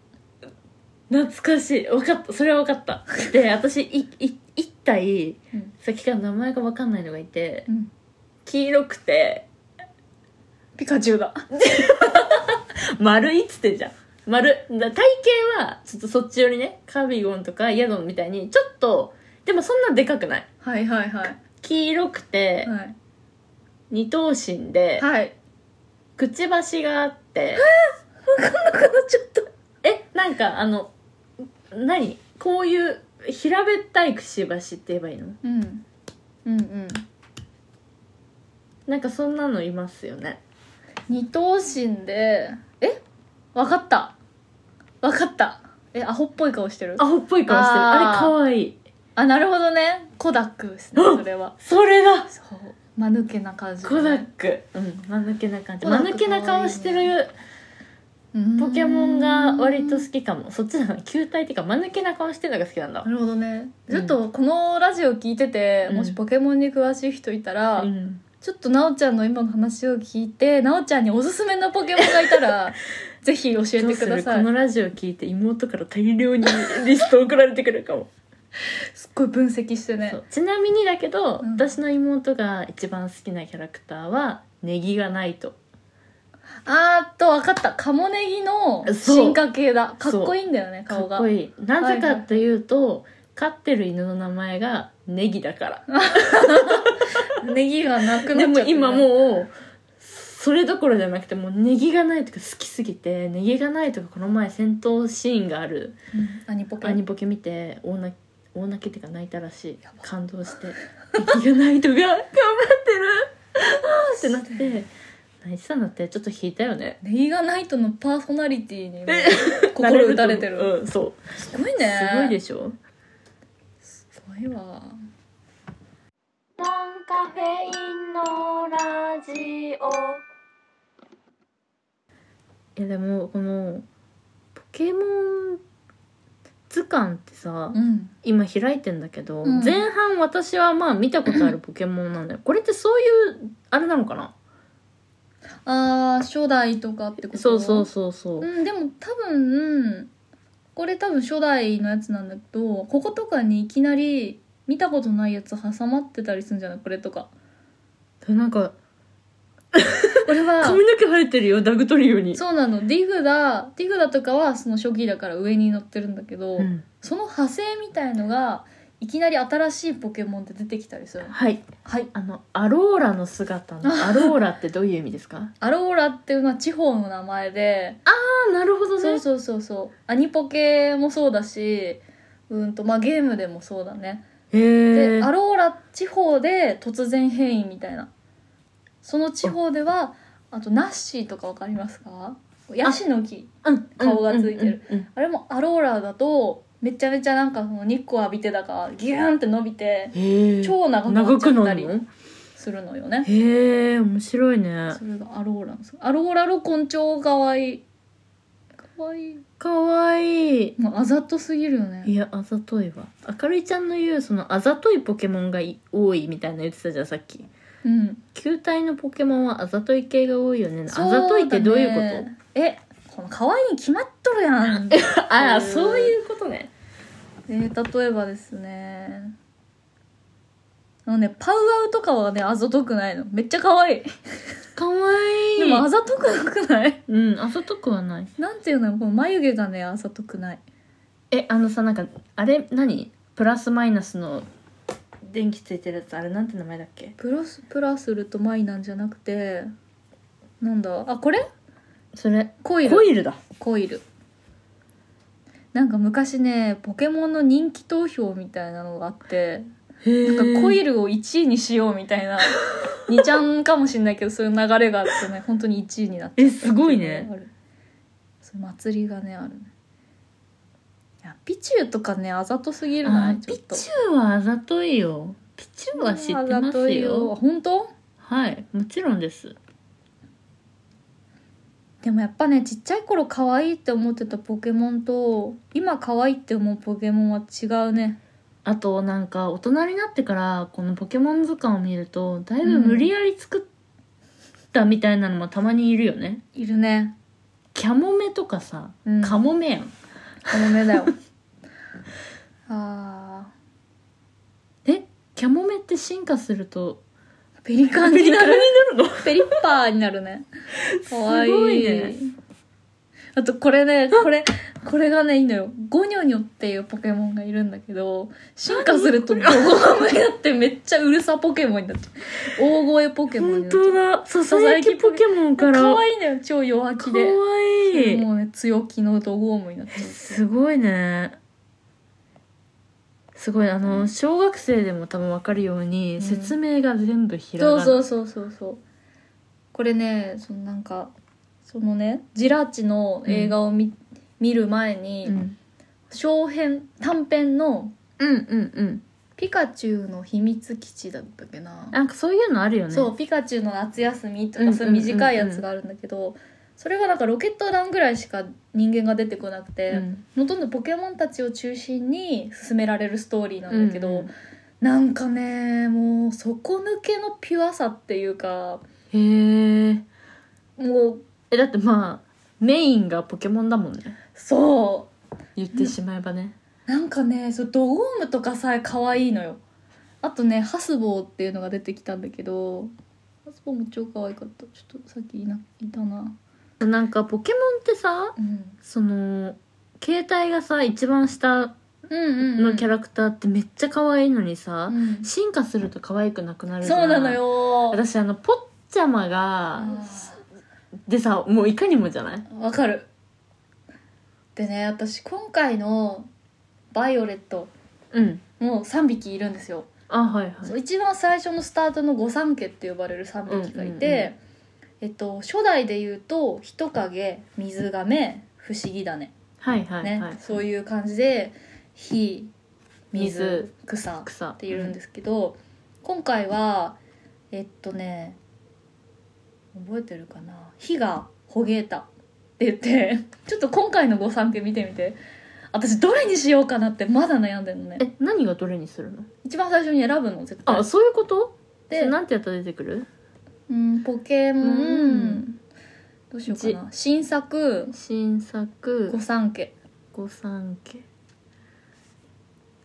Speaker 3: 懐かしい分かったそれは分かったで私いい一体
Speaker 2: うん
Speaker 3: さっきから名前が分かんないのがいて
Speaker 2: うん
Speaker 3: 黄色くて
Speaker 2: ピカチュウだ
Speaker 3: 丸いっつってんじゃん丸だ体型はちょっとそっちよりねカビゴンとかヤドンみたいにちょっとでもそんなでかくない
Speaker 2: はいはいはい
Speaker 3: 黄色くて、
Speaker 2: はい
Speaker 3: 二頭身で、
Speaker 2: はい
Speaker 3: くちばしがあって、
Speaker 2: このちょっと
Speaker 3: えなんかあの何こういう平べったいくちばしって言えばいいの
Speaker 2: うんうんうん
Speaker 3: なんかそんなのいますよね
Speaker 2: 二頭身でえわかったわかったえアホっぽい顔してる
Speaker 3: アホっぽい顔してる
Speaker 2: あー
Speaker 3: あれかわいい
Speaker 2: あなるほどねコダックですねそれは
Speaker 3: それだ
Speaker 2: そう間抜けな感じ
Speaker 3: コダックうん間抜けな感じ
Speaker 2: コダ
Speaker 3: 間
Speaker 2: ック
Speaker 3: 抜けな顔してる
Speaker 2: うん
Speaker 3: ポケモンが割と好きかもそっちだな球体っていうか間抜けな顔してるのが好きなんだ
Speaker 2: なるほどねちょっとこのラジオ聞いてて、
Speaker 3: うん
Speaker 2: もしポケモンに詳しい人いたら、
Speaker 3: うん
Speaker 2: ちょっとなおちゃんの今の話を聞いてなおちゃんにおすすめのポケモンがいた
Speaker 3: [laughs]
Speaker 2: らぜひ教え
Speaker 3: ど
Speaker 2: て
Speaker 3: う
Speaker 2: く
Speaker 3: す
Speaker 2: だ
Speaker 3: るこ
Speaker 2: さい
Speaker 3: のラジオ聞いて妹から大量にリスト送られてくるかも
Speaker 2: すっごい分析してね
Speaker 3: そうちなみにだけど、
Speaker 2: うん
Speaker 3: 私の妹が一番好きなキャラクターはネギがないと
Speaker 2: あーっと分かったカモネギの
Speaker 3: そう
Speaker 2: 進化系だかっ
Speaker 3: そう
Speaker 2: こいいんだよね
Speaker 3: か
Speaker 2: 顔
Speaker 3: っ
Speaker 2: が
Speaker 3: こいいなぜかというと、飼ってる犬の名前がネギだから
Speaker 2: ネギがなくなっちゃ
Speaker 3: で
Speaker 2: って
Speaker 3: も
Speaker 2: ね
Speaker 3: 今もうそれどころじゃなくてもうネギがないとか好きすぎてネギがないとかこの前戦闘シーンがある
Speaker 2: うんアニポケ
Speaker 3: アニポケ見て大泣き大泣きっていうか泣いたらしい
Speaker 2: ば
Speaker 3: 感動して「ネギがないとか頑張ってる!」ってなって泣いてたんだってちょっと引いたよね
Speaker 2: ネギがナイトのパーソナリティにも
Speaker 3: え
Speaker 2: 心打たれてる
Speaker 3: うんそう
Speaker 2: すごいね
Speaker 3: すごいで
Speaker 2: し
Speaker 3: しょ
Speaker 2: すごいわ
Speaker 1: ノンカフェインのラジオ
Speaker 3: いやでもこのポケモン図鑑ってさ
Speaker 2: うん
Speaker 3: 今開いてんだけど、
Speaker 2: うん
Speaker 3: 前半私はまあ見たことあるポケモンなんだよこれってそういうあれなのかな
Speaker 2: あー初代とかってこと
Speaker 3: そうそうそうそう、
Speaker 2: うん、でも多分これ多分初代のやつなんだけどこことかにいきなり見たことないやつ挟まってたりするんじゃないこれと
Speaker 3: [laughs]
Speaker 2: か
Speaker 3: でなんか
Speaker 2: これは
Speaker 3: 髪の毛生えてるよダグトリオに
Speaker 2: そうなのディグダディグダとかはその初期だから上に乗ってるんだけど、
Speaker 3: ん
Speaker 2: その派生みたいのがいきなり新しいポケモンって出てきたりするの
Speaker 3: はい
Speaker 2: はい
Speaker 3: あのアローラの姿
Speaker 2: [laughs]
Speaker 3: のアローラってどういう意味ですか
Speaker 2: アローラっていうのは地方の名前で
Speaker 3: あなるほど
Speaker 2: そうそうそうそうアニポケもそうだしうんとまあゲームでもそうだね
Speaker 3: へ
Speaker 2: で
Speaker 3: え
Speaker 2: アローラ地方で突然変異みたいなその地方ではあとナッシーとかわかりますかヤシの木顔がついてる、
Speaker 3: うんうんうんうん
Speaker 2: あれもアローラだとめちゃめちゃなんかその日光浴びてだからギューンって伸びて
Speaker 3: へえ
Speaker 2: 超長くな
Speaker 3: 長
Speaker 2: っちゃ
Speaker 3: く
Speaker 2: った
Speaker 3: な
Speaker 2: り
Speaker 3: るの
Speaker 2: するのよね
Speaker 3: へえ面白いね
Speaker 2: それがアローラのアローラの根性かわいいかわいい
Speaker 3: かわいい
Speaker 2: もうあざとすぎるよ
Speaker 3: い
Speaker 2: ね
Speaker 3: やあざといわ明るいちゃんの言うそのあざといポケモンがい多いみたいな言ってたじゃんさっき
Speaker 2: うん
Speaker 3: 球体のポケモンはあざとい系が多いよね
Speaker 2: そ
Speaker 3: あ
Speaker 2: うだね
Speaker 3: ざといってどういうこ
Speaker 2: えこの可愛いに決まっとるやん
Speaker 3: とあ
Speaker 2: うん
Speaker 3: あそういうことね
Speaker 2: えー例えばですねあのねパウアウとかはねあざとくないのめっちゃ可愛い
Speaker 3: かわいい
Speaker 2: でもあざとくなくない [laughs]
Speaker 3: うんあざとくはない
Speaker 2: なんていうのこの眉毛がねあざとくない
Speaker 3: えあのさなんかあれ何プラスマイナスの電気ついてるやつあれなんて名前だっけ
Speaker 2: プラスプラするとマイなんじゃなくてなんだあこれ
Speaker 3: それ
Speaker 2: コイル
Speaker 3: コイルだ
Speaker 2: コイルなんか昔ねポケモンの人気投票みたいなのがあって
Speaker 3: へ
Speaker 2: なんかコ
Speaker 3: コイル
Speaker 2: イルを1位にしようみたい
Speaker 3: [laughs]
Speaker 2: な2ちゃんかもしんないけどそういう流れがあってね本当に1位になって
Speaker 3: えすごいね
Speaker 2: そういう祭りがねあるねいやピチューとかねあざとすぎるな
Speaker 3: あ
Speaker 2: ちょっ
Speaker 3: ピ
Speaker 2: と
Speaker 3: チューはあざといよピチューは知って
Speaker 2: あ
Speaker 3: ま
Speaker 2: ざ
Speaker 3: す
Speaker 2: とい
Speaker 3: よ
Speaker 2: 本当
Speaker 3: はいもちろんです
Speaker 2: でもやっぱねちっちゃい頃可愛いって思ってたポケモンと今可愛いって思うポケモンは違うね
Speaker 3: あとなんか大人になってからこのポケモン図鑑を見るとだいぶ無理やり作ったみたいなのもたまにいるよね、
Speaker 2: いるね
Speaker 3: キャモメとかさ、
Speaker 2: うん
Speaker 3: カモメやん
Speaker 2: カモメだよあ
Speaker 3: えキャモメって進化すると
Speaker 2: ーペリカンになる
Speaker 3: になるの
Speaker 2: ペリッパーになるね。かわいい。
Speaker 3: すごいね
Speaker 2: あとこれね、これ、これがねいいのよゴニョニョっていうポケモンがいるんだけど進化するとゴゴムになってめっちゃうるさポケモンになっちゃう大声ポケモンに
Speaker 3: 本
Speaker 2: なっちゃう
Speaker 3: 当だささやきポケモンからか
Speaker 2: 可
Speaker 3: わ
Speaker 2: 愛いのよ超弱気で
Speaker 3: いい
Speaker 2: もうね強気のドゴームになっちゃう
Speaker 3: すごいねすごいあの小学生でも多分分かるように、
Speaker 2: うん
Speaker 3: 説明が全部ひら
Speaker 2: [laughs]
Speaker 3: が
Speaker 2: そう
Speaker 3: な
Speaker 2: そうそうそうそうこれねそのなんかそのねジラッチの映画を見,、見る前に、
Speaker 3: うん、
Speaker 2: 小編短編の
Speaker 3: うんうんうん
Speaker 2: 「ピカチュウの秘密基地」だったっけな、
Speaker 3: なんかそういうのあるよね
Speaker 2: そう「ピカチュウの夏休み」と
Speaker 3: う
Speaker 2: か
Speaker 3: んうんうん
Speaker 2: そういう短いやつがあるんだけど、それがなんかロケット弾ぐらいしか人間が出てこなくて、
Speaker 3: うん
Speaker 2: ほとんどポケモンたちを中心に進められるストーリーなんだけど、
Speaker 3: うんうん
Speaker 2: なんかねもう底抜けのピュアさっていうか
Speaker 3: へえ
Speaker 2: もう
Speaker 3: えだってまあメインがポケモンだもんね
Speaker 2: そ
Speaker 3: 言ってしまえばね、
Speaker 2: うなんかねそうドゴームとかさえ可愛いのよあとねハスボーっていうのが出てきたんだけどハスボーも超可愛かったちょっとさっきいないたな
Speaker 3: なんかポケモンってさ
Speaker 2: うん、
Speaker 3: その携帯がさ一番下
Speaker 2: うんうん
Speaker 3: のキャ
Speaker 2: ラ、
Speaker 3: ラクターってめっちゃ可愛いのにさ、
Speaker 2: うん
Speaker 3: 進化すると可愛くなくなるじゃん
Speaker 2: そうなのよ
Speaker 3: 私あのポッチャマが
Speaker 2: あ
Speaker 3: でさもういかにもじゃない
Speaker 2: ーわかるでね私今回のバイオレット
Speaker 3: うん
Speaker 2: もう3匹いるんですよ
Speaker 3: あはいはい
Speaker 2: そう一番最初のスタートの御三家って呼ばれる3匹がいて、
Speaker 3: うんうんうん
Speaker 2: えっと、初代で言うと人影水亀不思議だね,、
Speaker 3: はいはい
Speaker 2: ね
Speaker 3: はい
Speaker 2: そう
Speaker 3: う
Speaker 2: いう感じで火水
Speaker 3: 水
Speaker 2: 草っ
Speaker 3: 草って
Speaker 2: いるんですけど、今回はえっとね覚えてるかな火がほげたって言ってちょっと今回の御三家見てみて私どれにしようかなってまだ悩んでるのね
Speaker 3: え何がどれにするの
Speaker 2: 一番最初に選ぶの絶対
Speaker 3: あそういうこと
Speaker 2: で
Speaker 3: それなんてやったら出てくる
Speaker 2: うん、ポケモン、
Speaker 3: うん
Speaker 2: どうしようかな新作
Speaker 3: 新作
Speaker 2: 御三家
Speaker 3: 御三家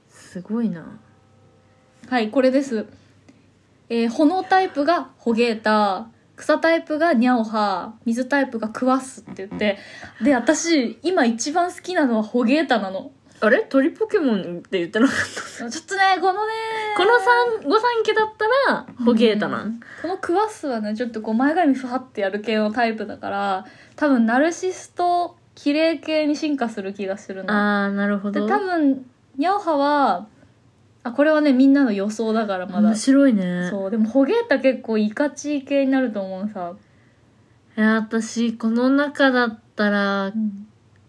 Speaker 3: すごいな
Speaker 2: はいこれです、えー炎タイプがホゲータ草タイプがニャオハ水タイプがクワッスって言ってで私今一番好きなのはホゲータなの
Speaker 3: あれ鳥ポケモンって言ってなかっ
Speaker 2: ちょっとねこのね
Speaker 3: たこの三御三家だったらホゲータな
Speaker 2: うんこのクワッスはねちょっとこう前髪ふわってやる系のタイプだから多分ナルシスト綺麗系に進化する気がするの
Speaker 3: あーなるほ
Speaker 2: で
Speaker 3: ど
Speaker 2: 多分ニャオハはあこれはねみんなの予想だからまだ、
Speaker 3: 面白いね
Speaker 2: そうでもホゲータ結構イカチー系になると思うさ、
Speaker 3: いや私この中だったら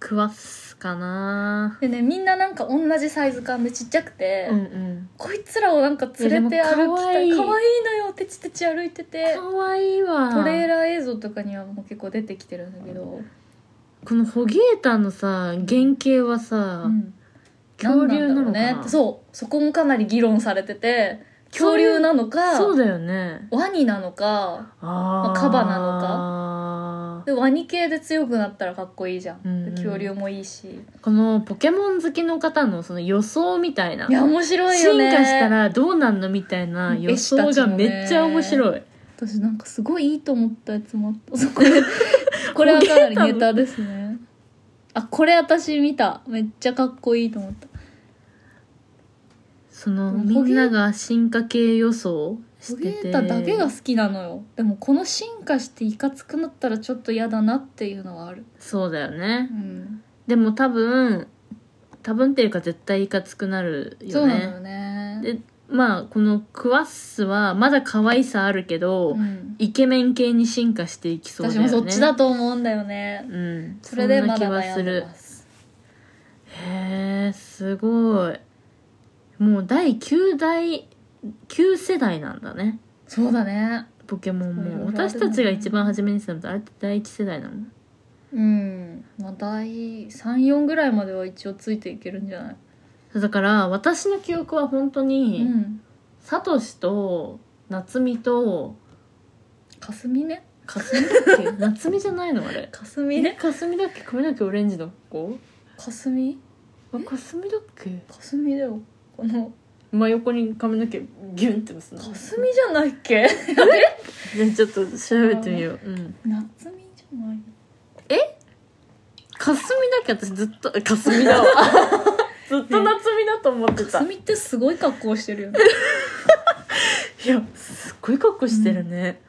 Speaker 3: クワッスかな
Speaker 2: でねみんななんか同じサイズ感でちっちゃくて、
Speaker 3: ん
Speaker 2: こいつらをなんか連れて
Speaker 3: いやで
Speaker 2: 歩
Speaker 3: も
Speaker 2: き
Speaker 3: 可
Speaker 2: た
Speaker 3: 愛
Speaker 2: い
Speaker 3: い
Speaker 2: 可愛いのよてちてち歩いてて
Speaker 3: かわいいわ
Speaker 2: トレーラー映像とかにはもう結構出てきてるんだけど、
Speaker 3: このホゲータのさ原型はさ、
Speaker 2: うん
Speaker 3: 恐竜なの
Speaker 2: 何ん
Speaker 3: かな
Speaker 2: だろうねそうそこもかなり議論されてて恐竜なのか
Speaker 3: そうだよね
Speaker 2: ワニなのか
Speaker 3: あ
Speaker 2: あ
Speaker 3: ー
Speaker 2: カバなの
Speaker 3: の
Speaker 2: でワニ系で強くなったらかっこいいじゃん、
Speaker 3: うんうん
Speaker 2: 恐竜もいいし
Speaker 3: このポケモン好きの方のその予想みたいない
Speaker 2: や面白いよ
Speaker 3: 進
Speaker 2: ね
Speaker 3: 化したらどうなんのみたいな予想がめっちゃ面白い、
Speaker 2: 私なんかすごいいいと思ったやつもあった [laughs] これこれはかなりネタですねあこれ私見ためっちゃかっこいいと思った
Speaker 3: その
Speaker 2: でも
Speaker 3: み
Speaker 2: ホゲ
Speaker 3: んなが進化系予想し
Speaker 2: ホ
Speaker 3: て
Speaker 2: ゲ
Speaker 3: て
Speaker 2: ータだけが好きなのよでもこの進化していかつくなったらちょっと嫌だなっていうのはある
Speaker 3: そうだよね
Speaker 2: うん
Speaker 3: でも多分多分っていうか絶対いかつくなるよね
Speaker 2: そうなのよね
Speaker 3: でまあこのクワッスはまだ可愛さあるけ
Speaker 2: う
Speaker 3: ど、
Speaker 2: ん
Speaker 3: イケメン系に進化していきそうだ
Speaker 2: 私
Speaker 3: よね
Speaker 2: もそっちだと思うんだよね
Speaker 3: うん
Speaker 2: それで
Speaker 3: んな
Speaker 2: ま
Speaker 3: 気
Speaker 2: だ
Speaker 3: は
Speaker 2: 悩んでます
Speaker 3: するへえすごいもう第9代9世代なんだね
Speaker 2: そうだね
Speaker 3: ポケモン
Speaker 2: いろい
Speaker 3: も
Speaker 2: ろあるね
Speaker 3: 私たちが一番初めにしたのってあれって第1世代なの
Speaker 2: うん、まあ、第34ぐらいまでは一応ついていけるんじゃない、
Speaker 3: だから私の記憶は本当に、
Speaker 2: うん、
Speaker 3: サトシと夏美と
Speaker 2: かすみね
Speaker 3: かすみだっけ夏美じゃないのあれ
Speaker 2: かすみね
Speaker 3: かすみだっけ髪の毛オレンジの子
Speaker 2: かすみ
Speaker 3: あかすみだっけ
Speaker 2: かすみだよこの
Speaker 3: 真横に髪の毛ギュンって結ん
Speaker 2: かすみじゃないっけ
Speaker 3: でちょっと調べてみよう、うん、
Speaker 2: 夏みじゃない
Speaker 3: かかすみだけ私ずっとかすみだわ [laughs] ずっと夏みだと思ってた、
Speaker 2: 霞ってすごい格好してるよ [laughs] ね
Speaker 3: いやすっごい格好してるね、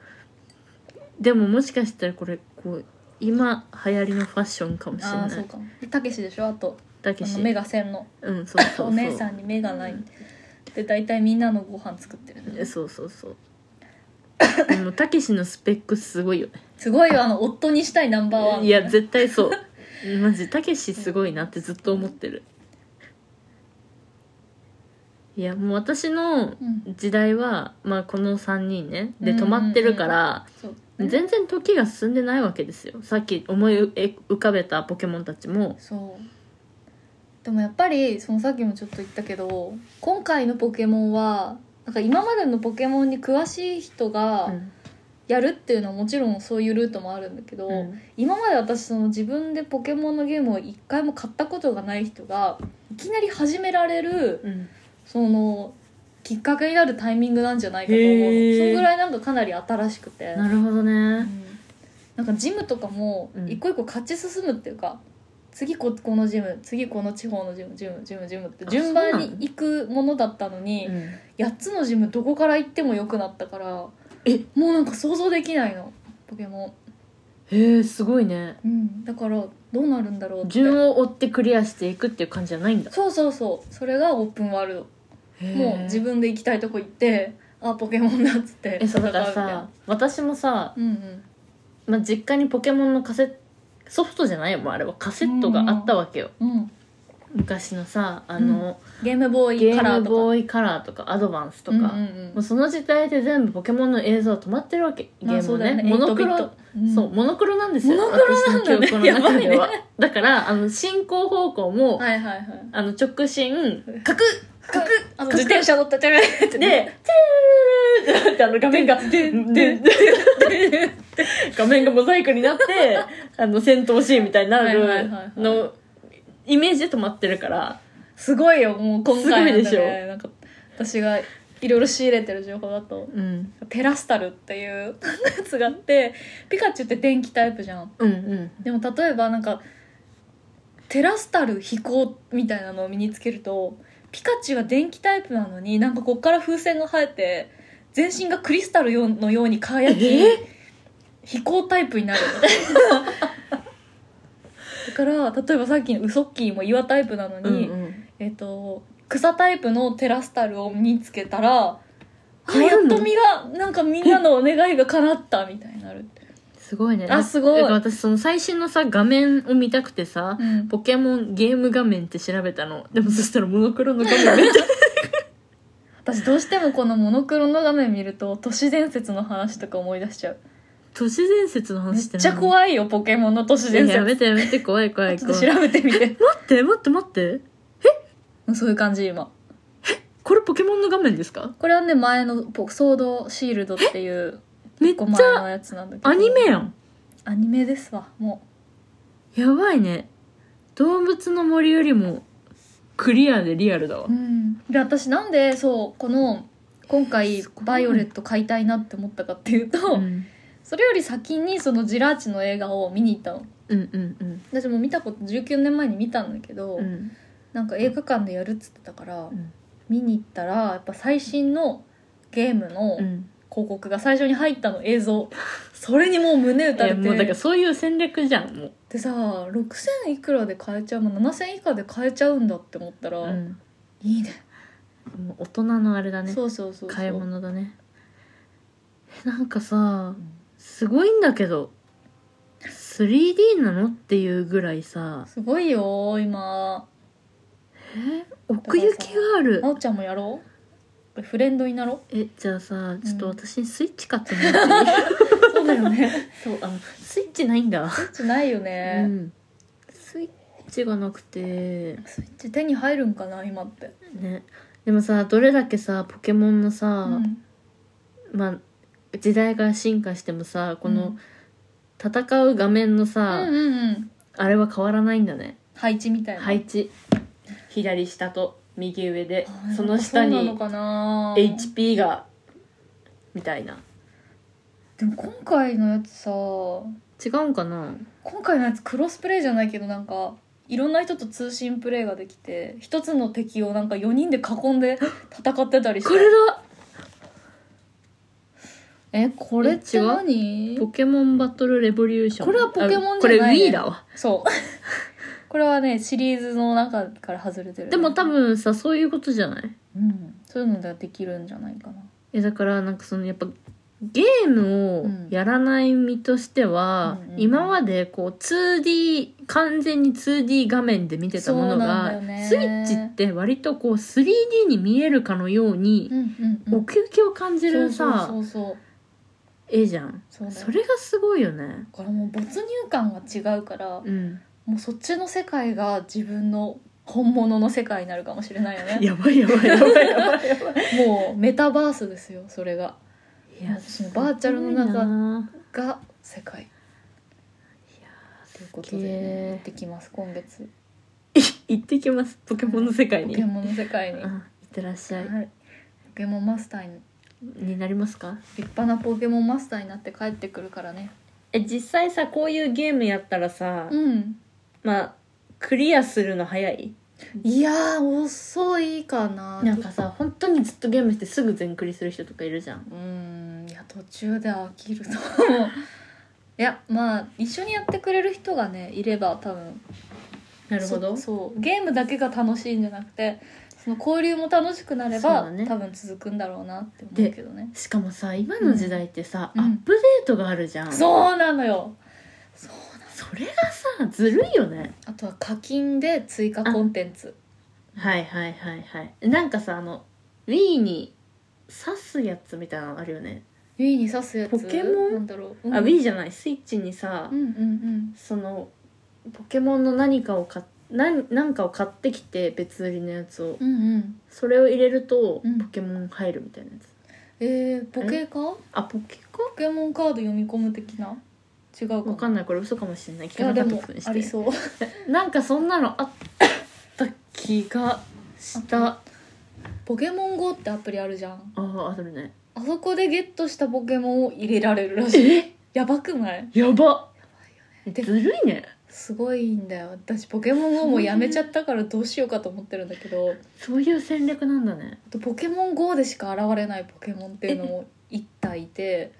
Speaker 3: でももしかしたらこれこう今流行りのファッションかもしれ
Speaker 2: ああそ
Speaker 3: な
Speaker 2: う
Speaker 3: い
Speaker 2: かもでたけしでしょあと
Speaker 3: だ
Speaker 2: あ
Speaker 3: けし
Speaker 2: の目が線の
Speaker 3: うんそうそうそう
Speaker 2: お姉さんに目がないで大体みんなのご飯作ってる
Speaker 3: えそうそうそう [coughs] でもたけしのスペックすごいよね
Speaker 2: すごいよあの夫にしたいナンバーワン
Speaker 3: いや絶対そうマジたけしすごいなってずっと思ってるいやもう私の
Speaker 2: うん
Speaker 3: 時代は、まあ、この3人ねで
Speaker 2: うんうん
Speaker 3: 止
Speaker 2: うん
Speaker 3: まってるから、
Speaker 2: そう
Speaker 3: 全然時が進んでないわけですよさっき思い浮かべたポケモンたちも
Speaker 2: そうでもやっぱりそのさっきもちょっと言ったけど今回のポケモンはなんか今までのポケモンに詳しい人が
Speaker 3: うん
Speaker 2: やるっていうのはもちろんそういうルートもあるんだけど、
Speaker 3: うん
Speaker 2: 今まで私その自分でポケモンのゲームを一回も買ったことがない人がいきなり始められる
Speaker 3: うん
Speaker 2: そのきっかけになるタイミングなんじゃないかと思う
Speaker 3: へー
Speaker 2: そのぐらいなんかかなり新しくて
Speaker 3: なるほど
Speaker 2: うん
Speaker 3: ね
Speaker 2: なんかジムとかも
Speaker 3: うん
Speaker 2: 一個一個勝ち進むっていうか、次ここのジム次この地方のジムジムジムジムって
Speaker 3: あ
Speaker 2: 順番
Speaker 3: そうなの
Speaker 2: に行くものだったのに
Speaker 3: うん
Speaker 2: 8つのジムどこから行ってもよくなったから
Speaker 3: え
Speaker 2: もうなんか想像できないのポケモン。
Speaker 3: へえすごいね
Speaker 2: うん、だからどうなるんだろうって
Speaker 3: 順を追ってクリアしていくっていう感じじゃないんだ
Speaker 2: そうそうそうそれがオープンワールドもう自分で行きたいとこ行ってあポケモンだっつって
Speaker 3: えそうだか
Speaker 2: 戦う
Speaker 3: ら
Speaker 2: みたいな
Speaker 3: さ私もさ
Speaker 2: うんうん
Speaker 3: まあ、実家にポケモンのカセソフトじゃないよもうあれはカセットがあったわけよ、
Speaker 2: うん、
Speaker 3: 昔のさあの、
Speaker 2: ゲームボー
Speaker 3: ゲ
Speaker 2: イカラ
Speaker 3: ー
Speaker 2: ー
Speaker 3: ム
Speaker 2: とか
Speaker 3: ボーイカラーとかアドバンスとか、
Speaker 2: うんうん
Speaker 3: も
Speaker 2: う
Speaker 3: うんその時代で全部ポケモンの映像は止まってるわけゲ
Speaker 2: まあ
Speaker 3: ーム
Speaker 2: そう
Speaker 3: も
Speaker 2: だ
Speaker 3: ね,、
Speaker 2: よね
Speaker 3: モノクロ
Speaker 2: 8、うん
Speaker 3: そうモノクロなんですよ
Speaker 2: モノクロなんだね
Speaker 3: 私の記憶の中では、
Speaker 2: やばい
Speaker 3: だからあの進行方向も、
Speaker 2: はいはいはい
Speaker 3: あの直進カクッカク
Speaker 2: あの
Speaker 3: カ
Speaker 2: 自
Speaker 3: ク
Speaker 2: 転車乗っててる
Speaker 3: ッでチューってあの画面がでで [laughs] 画面がモザイクになってあの戦闘シーンみたいにな
Speaker 2: はいはいはい
Speaker 3: る
Speaker 2: はい
Speaker 3: のイメージで止まってるから
Speaker 2: すごいよもう今回なん
Speaker 3: すごいで
Speaker 2: ねなんか私がいろいろ仕入れてる情報だと
Speaker 3: うん
Speaker 2: テラスタルっていうやつがあってピカチュウって電気タイプじゃん
Speaker 3: うんうん
Speaker 2: でも例えばなんかテラスタル飛行みたいなのを身につけるとピカチュウは電気タイプなのになんかこっから風船が生えて全身がクリスタルようのように輝き
Speaker 3: え
Speaker 2: 飛行タイプになるみたいなだから例えばさっきのウソッキーも岩タイプなのに、
Speaker 3: うん
Speaker 2: えっと草タイプのテラスタルを身につけたらあ
Speaker 3: 変わ
Speaker 2: やっ
Speaker 3: るの
Speaker 2: と実がなんかみんなのお願いが叶ったみたいになるって、
Speaker 3: すごいね
Speaker 2: あすごい
Speaker 3: なんか私その最新のさ画面を見たくてさ
Speaker 2: うん
Speaker 3: ポケモンゲーム画面って調べたのでもそしたらモノクロの画面 [laughs] めっちゃ
Speaker 2: 私どうしてもこのモノクロの画面見ると都市伝説の話とか思い出しちゃう
Speaker 3: 都市伝説の
Speaker 2: めっ
Speaker 3: 話して
Speaker 2: ちゃ
Speaker 3: い
Speaker 2: 怖いよポケモンの都市伝
Speaker 3: やめ
Speaker 2: 説
Speaker 3: てやめて怖い怖い
Speaker 2: ちょっ
Speaker 3: 怖
Speaker 2: と
Speaker 3: い
Speaker 2: 調べてみて
Speaker 3: 待って待って待って
Speaker 2: うんそういう感じ今
Speaker 3: これポケモンの画面ですか
Speaker 2: これはね前のポソードシールドっていう
Speaker 3: めっ
Speaker 2: 結構
Speaker 3: ち
Speaker 2: 前
Speaker 3: ゃ
Speaker 2: のやつなんだけど
Speaker 3: アニメやん
Speaker 2: アニメですわも
Speaker 3: やばいね動物の森よりもクリアでリアルだわ
Speaker 2: う、うん、で私なんでそうこの今回
Speaker 3: すごい
Speaker 2: バイオレット買いたいなって思ったかっていうと、
Speaker 3: うん
Speaker 2: それより先にそのジラーチの映画を見に行ったの
Speaker 3: うんうん
Speaker 2: 私もう見たこと19年前に見たんだけど、
Speaker 3: うんうん
Speaker 2: なんか映画館でやるっつってたから、
Speaker 3: ん
Speaker 2: 見に行ったらやっぱ最新のゲームの広
Speaker 3: ん
Speaker 2: 告が最初に入ったの映像それにもう胸打た
Speaker 3: え
Speaker 2: れて
Speaker 3: もうだからそういう戦略じゃんもう、
Speaker 2: でさ6000いくらで買えちゃうもう7000以下で買えちゃうんだって思ったら、
Speaker 3: うん
Speaker 2: いいね
Speaker 3: もう大人のあれだね
Speaker 2: そうそうそうそう
Speaker 3: 買い物だねえなんかさすごいんだけど 3D なのっていうぐらいさ
Speaker 2: すごいよ今
Speaker 3: 奥行きがある
Speaker 2: なおちゃんもやろうフレンドになろ
Speaker 3: えじゃあさちょっと
Speaker 2: うん
Speaker 3: 私にスイッチ買ってもらっていい [laughs]
Speaker 2: うそうだよね
Speaker 3: そうあのスイッチないんだ
Speaker 2: スイッチないよ
Speaker 3: う
Speaker 2: ね、
Speaker 3: ん、スイッチがなくて
Speaker 2: スイッチ手に入るんかな今って、
Speaker 3: ねでもさどれだけさポケモンの
Speaker 2: う
Speaker 3: さ、
Speaker 2: ん、
Speaker 3: まあ時代が進化してもさこ
Speaker 2: う
Speaker 3: の
Speaker 2: ん
Speaker 3: 戦う画面の
Speaker 2: う
Speaker 3: さ、
Speaker 2: んうんうん
Speaker 3: あれは変わらないんだね
Speaker 2: 配置みたいな
Speaker 3: 配置左下と右上で
Speaker 2: あー
Speaker 3: その下
Speaker 2: やっぱそうなの
Speaker 3: に
Speaker 2: かな
Speaker 3: HP がみたいな
Speaker 2: でも今回のやつさ
Speaker 3: 違うんかな
Speaker 2: 今回のやつクロスプレイじゃないけどなんかいろんな人と通信プレイができて一つの敵をなんか4人で囲ん [gasps] で戦ってたりして
Speaker 3: これだ
Speaker 2: えこれって
Speaker 3: え違う
Speaker 2: 何
Speaker 3: ポケモンバトルレボリューション
Speaker 2: これはポケモンじゃないね
Speaker 3: あこれ Wii だわ
Speaker 2: そう [laughs] これはねシリーズの中から外れてる
Speaker 3: でも多分さそういうことじゃない
Speaker 2: うん、そういうのができるんじゃないかな
Speaker 3: えだからなんかそのやっぱゲ
Speaker 2: う
Speaker 3: ーム
Speaker 2: ん
Speaker 3: をやらない身としては、
Speaker 2: うんうんうん
Speaker 3: 今までこう 2D 完全に 2D 画面で見てたもの
Speaker 2: そうなんだよ
Speaker 3: が、
Speaker 2: ね
Speaker 3: スイッチって割とこう 3D に見えるかのように
Speaker 2: う、んう
Speaker 3: 奥行きを感じるさ
Speaker 2: そうそうそう
Speaker 3: 絵じゃん
Speaker 2: そうだよ
Speaker 3: それがすごいよね
Speaker 2: これもう没入感が違うから、
Speaker 3: うん
Speaker 2: もうそっちの世界が自分の本物の世界になるかもしれないよね
Speaker 3: やばいやばいやばいやばいやばい
Speaker 2: もうメタバースですよそれが
Speaker 3: いや
Speaker 2: 私もバーチャルの中
Speaker 3: すごいな
Speaker 2: が世界ということで、ね、行ってきます今月
Speaker 3: 行ってきますポケモンの世界
Speaker 2: ポ
Speaker 3: に、
Speaker 2: ケモンの世界に、
Speaker 3: うん、いってらっしゃい
Speaker 2: はいポケモンマスターに
Speaker 3: になりますか
Speaker 2: 立派なポケモンマスターになって帰ってくるからね
Speaker 3: え実際さこういうゲームやったらさ、
Speaker 2: うん
Speaker 3: まあクリアするの早い
Speaker 2: いやー遅いかな
Speaker 3: なんかさ本当にずっとゲームしてすぐ全クリする人とかいるじゃん
Speaker 2: うーんいや途中で飽きると思ういやまあ一緒にやってくれる人がねいれば多分
Speaker 3: な
Speaker 2: そそうゲームだけが楽しいんじゃなくてその交流も楽しくなれ
Speaker 3: そう
Speaker 2: ば、
Speaker 3: だね
Speaker 2: 多分続くんだろうなって思うけどね
Speaker 3: しかもさ今の時代ってさ、
Speaker 2: うん
Speaker 3: アップデートがあるじゃん、
Speaker 2: そうなのよ
Speaker 3: それがさずるいよね
Speaker 2: あとは課金で追加コンテンツ
Speaker 3: はいはいはいはいなんかさあの Wii に刺すやつみたいなのあるよね、
Speaker 2: ウィーに刺すやつ
Speaker 3: ポケモン
Speaker 2: なんだろう、うん
Speaker 3: あ Wii じゃないスイッチにさ、
Speaker 2: うんうん
Speaker 3: そのポケモンの何かを買っ何何かを買ってきて別売りのやつを、
Speaker 2: うんうんうん
Speaker 3: それを入れると、
Speaker 2: うん
Speaker 3: ポケモン入るみたいなやつ
Speaker 2: えー、ポケカポ
Speaker 3: あポケか
Speaker 2: ケモンカード読み込む的な違うかも
Speaker 3: わかんないこれ嘘かもしれない聞
Speaker 2: い
Speaker 3: か
Speaker 2: や
Speaker 3: な
Speaker 2: で
Speaker 3: かった
Speaker 2: も
Speaker 3: ことに
Speaker 2: あ
Speaker 3: し
Speaker 2: り
Speaker 3: て
Speaker 2: そう [laughs]
Speaker 3: なんかそんなのあった気がしたあ
Speaker 2: ポケモン GO ってアプリあるじゃん
Speaker 3: ああるね
Speaker 2: あそこでゲットしたポケモンを入れられるらしいやばくない
Speaker 3: やば
Speaker 2: で
Speaker 3: ずるいね
Speaker 2: すごいんだよ私ポケモン GO もやめちゃったからどうしようかと思ってるんだけど
Speaker 3: そういう戦略なんだね
Speaker 2: あとポケモン GO でしか現れないポケモンっていうのも1体いて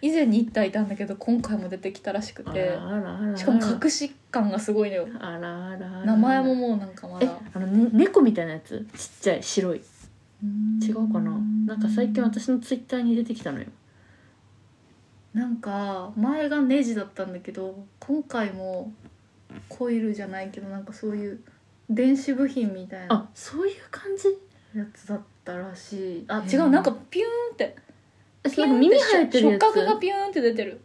Speaker 2: 以前に1体いたんだけど今回も出てきたらしく
Speaker 3: あ
Speaker 2: て
Speaker 3: らあらあら
Speaker 2: しかも隠し感がすごいのよ
Speaker 3: あらあらあら
Speaker 2: 名前ももうなんかま
Speaker 3: え
Speaker 2: だ
Speaker 3: あの、ね、猫みたいなやつちっちゃい白い違うかななんか最近
Speaker 2: 私
Speaker 3: 私のツイッターに出てきたのよ
Speaker 2: なんか前がネジだったんだけど今回もコイルじゃないけどなんかそういう電子部品みたい
Speaker 3: あ
Speaker 2: な
Speaker 3: そういう感じ
Speaker 2: やつだったらしいあ
Speaker 3: へー
Speaker 2: 違うなんかピューンって
Speaker 3: え
Speaker 2: ピュ
Speaker 3: なんか
Speaker 2: ーン
Speaker 3: 耳
Speaker 2: って
Speaker 3: 生えてるや
Speaker 2: 触
Speaker 3: つ
Speaker 2: 覚がピューンって出てる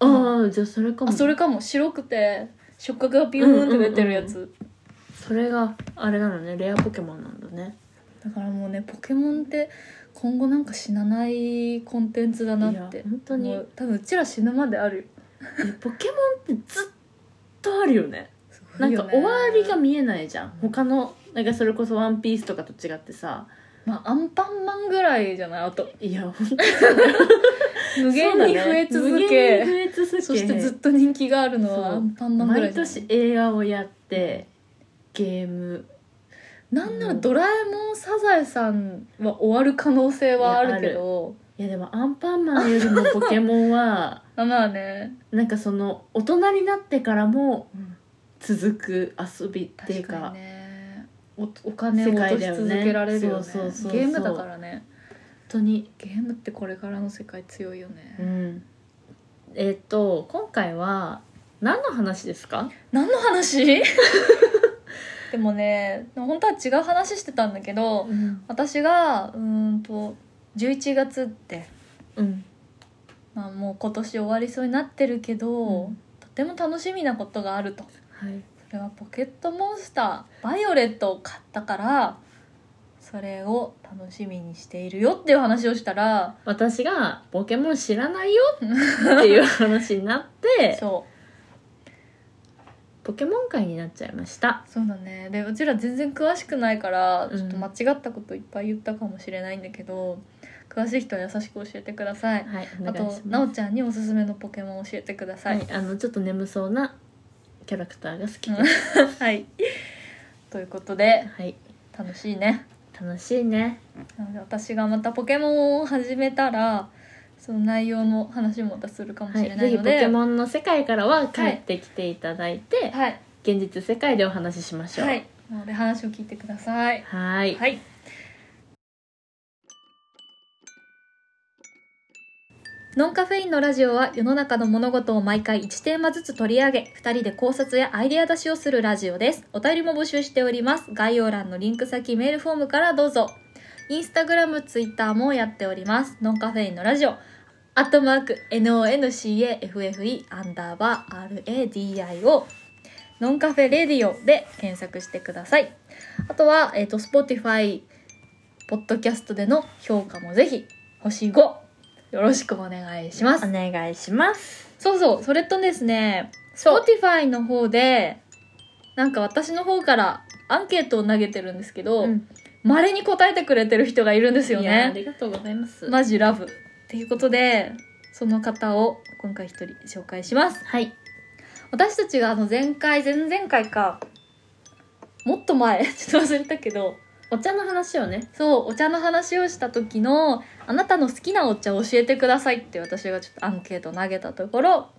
Speaker 3: ああじゃあそれかも
Speaker 2: あそれかも白くて触覚がピューンって出てるやつ、
Speaker 3: うんそれがあれなのねレアポケモンなんだね
Speaker 2: だからもうねポケモンって今後なんか死なないコンテンツだなっ
Speaker 3: い
Speaker 2: て
Speaker 3: や本当に
Speaker 2: もう多分うちら死ぬまであるよ
Speaker 3: えポケモンってずっとあるよね
Speaker 2: すご
Speaker 3: ないん
Speaker 2: よ
Speaker 3: か
Speaker 2: ね
Speaker 3: 終わりが見えないじゃん他のなんかそれこそ「ワンピースとかと違ってさ
Speaker 2: まあアンパンマンぐらいじゃないあと
Speaker 3: いや本当に
Speaker 2: 無限に増え続け、
Speaker 3: 無限に増え続け
Speaker 2: そしてずっと人気があるの
Speaker 3: そう
Speaker 2: はアンパンマンぐらい
Speaker 3: 毎
Speaker 2: じゃない
Speaker 3: 年映画をやってゲーム
Speaker 2: なんなら「ドラえもんサザエさん」は終わる可能性はあるけど
Speaker 3: いやでもアンパンマンよりもポケモンは
Speaker 2: まあね、
Speaker 3: なんかその大人になってからも続く遊びっていう
Speaker 2: 確
Speaker 3: か
Speaker 2: かにねおお金を
Speaker 3: 世
Speaker 2: 落
Speaker 3: 界
Speaker 2: と
Speaker 3: だ
Speaker 2: し
Speaker 3: よね
Speaker 2: 続けられるよね
Speaker 3: そうそうそうそう
Speaker 2: ゲームだからね
Speaker 3: 本当に
Speaker 2: ゲームってこれからの世界強いよね、
Speaker 3: うんえっ、と今回は何の話ですか
Speaker 2: 何の話 [laughs] でもね本当は違う話してたんだけど
Speaker 3: うん、
Speaker 2: 私がうーんと11月って
Speaker 3: うん
Speaker 2: まあ、もう今年終わりそうになってるけど、
Speaker 3: うん
Speaker 2: とても楽しみなことがあると
Speaker 3: はい、
Speaker 2: それはポケットモンスターバイオレットを買ったからそれを楽しみにしているよっていう話をしたら
Speaker 3: 私がポケモン知らないよっていう話になって
Speaker 2: そう
Speaker 3: ポケモン界になっちゃいました
Speaker 2: そうだねでうちら全然詳しくないから
Speaker 3: うん
Speaker 2: ちょっと間違ったこといっぱい言ったかもしれないんだけど、詳しい人に優しく教えてください
Speaker 3: はいお
Speaker 2: あ
Speaker 3: 願
Speaker 2: と
Speaker 3: いします
Speaker 2: なおちゃんにおすすめのポケモン教えてくださ
Speaker 3: はいい、あのちょっと眠そうなキャラクターが好き
Speaker 2: う
Speaker 3: で
Speaker 2: ん
Speaker 3: す、
Speaker 2: [laughs] はい。ということで
Speaker 3: [laughs] はい
Speaker 2: 楽しいね。
Speaker 3: 楽しいね
Speaker 2: なので私がまたポケモンを始めたらその内容の話もまたするかも
Speaker 3: は
Speaker 2: し
Speaker 3: い
Speaker 2: れ、な
Speaker 3: ぜ
Speaker 2: い
Speaker 3: ひ
Speaker 2: の
Speaker 3: ポ
Speaker 2: で、
Speaker 3: ケモンの世界からは帰ってきていただいて、
Speaker 2: はい
Speaker 3: 現実世界でお話ししましょう
Speaker 2: はいなので話を聞いてください。
Speaker 3: はい
Speaker 2: はい。ノンカフェインのラジオは世の中の物事を毎回1テーマずつ取り上げ2人で考察やアイデア出しをするラジオですお便りも募集しております概要欄のリンク先メールフォームからどうぞインスタグラムツイッターもやっておりますノンカフェインのラジオアットマーク NONCAFFE アンダーバー RADIO ノンカフェレディオで検索してくださいあとは、えっ、と、Spotify、ポッドキャストでの評価もぜひ、星5、よろしくお願いします。
Speaker 3: お願いします
Speaker 2: そうそう、それとですね、Spotify の方で、なんか私の方からアンケートを投げてるんですけど、
Speaker 3: ん
Speaker 2: 稀に答えてくれてる人がいるんですよ
Speaker 3: いやあ
Speaker 2: ね。
Speaker 3: りがとうございます、
Speaker 2: マジラブ。っていうことで、その方を今回一人紹介します。
Speaker 3: はい
Speaker 2: 私たちがあの前回、前々回か、もっと前、 [laughs] ちょっと忘れたけど、
Speaker 3: お茶の話をね
Speaker 2: そうお茶の話をした時の「あなたの好きなお茶を教えてください」って私がちょっとアンケートを投げたところ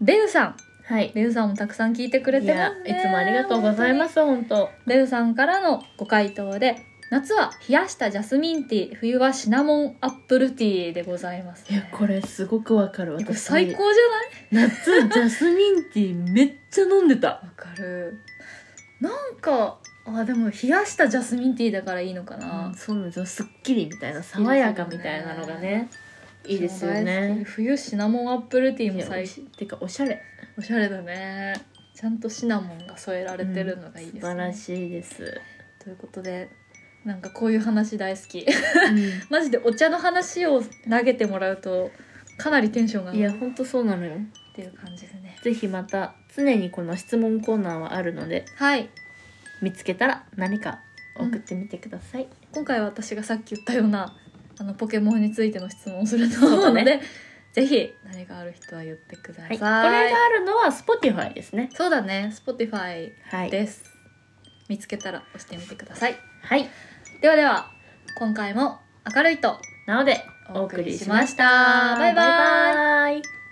Speaker 2: レウさん
Speaker 3: はい
Speaker 2: レウさんもたくさん聞いてくれ
Speaker 3: い
Speaker 2: てま
Speaker 3: や
Speaker 2: す、
Speaker 3: い
Speaker 2: ね、
Speaker 3: つもありがとうございます本当
Speaker 2: レウさんからのご回答で夏は冷やしたジャスミンティー冬はシナモンアップルティーでございます、
Speaker 3: いや
Speaker 2: ね、
Speaker 3: これすごくわかる
Speaker 2: いやこれ
Speaker 3: 私
Speaker 2: 最高じゃない
Speaker 3: 夏ジャスミンティーめっちゃ飲んでた
Speaker 2: わかるなんかあでも冷やしたジャスミンティーだからいいのかな、
Speaker 3: うんそうなんですよすっきりみたいな爽やかみたいなのがねいいですよ
Speaker 2: 大好き
Speaker 3: ね
Speaker 2: 冬シナモンアップルティーも最高
Speaker 3: てかおしゃれ
Speaker 2: おしゃれだねちゃんとシナモンが添えられてるのがいいですね、
Speaker 3: 素晴らしいです、
Speaker 2: ということでなんかこういう話大好き [laughs] マジでお茶の話を投げてもらうとかなりテンションが
Speaker 3: [laughs] い
Speaker 2: 上が
Speaker 3: や
Speaker 2: る
Speaker 3: ほんとそうなのよ
Speaker 2: っていう感じですね
Speaker 3: ぜひまた常にこの質問コーナーはあるので
Speaker 2: はい
Speaker 3: 見つけたら何か送ってみてください、
Speaker 2: 今回は私がさっき言ったようなあのポケモンについての質問をすると
Speaker 3: う
Speaker 2: 思う
Speaker 3: だ
Speaker 2: の
Speaker 3: ね
Speaker 2: でぜひ何かある人は言ってくださ、
Speaker 3: はいい、これがあるのは Spotify ですね
Speaker 2: そうだね Spotify
Speaker 3: はい、
Speaker 2: です、見つけたら押してみてください
Speaker 3: はい、
Speaker 2: ではでは今回も明るいと
Speaker 3: なのでお
Speaker 2: お
Speaker 3: 送
Speaker 2: 送
Speaker 3: り
Speaker 2: り
Speaker 3: し
Speaker 2: し
Speaker 3: ま
Speaker 2: ま
Speaker 3: し
Speaker 2: したた。
Speaker 3: バ
Speaker 2: バ
Speaker 3: イ
Speaker 2: イ
Speaker 3: バ
Speaker 2: バ
Speaker 3: イ
Speaker 2: イ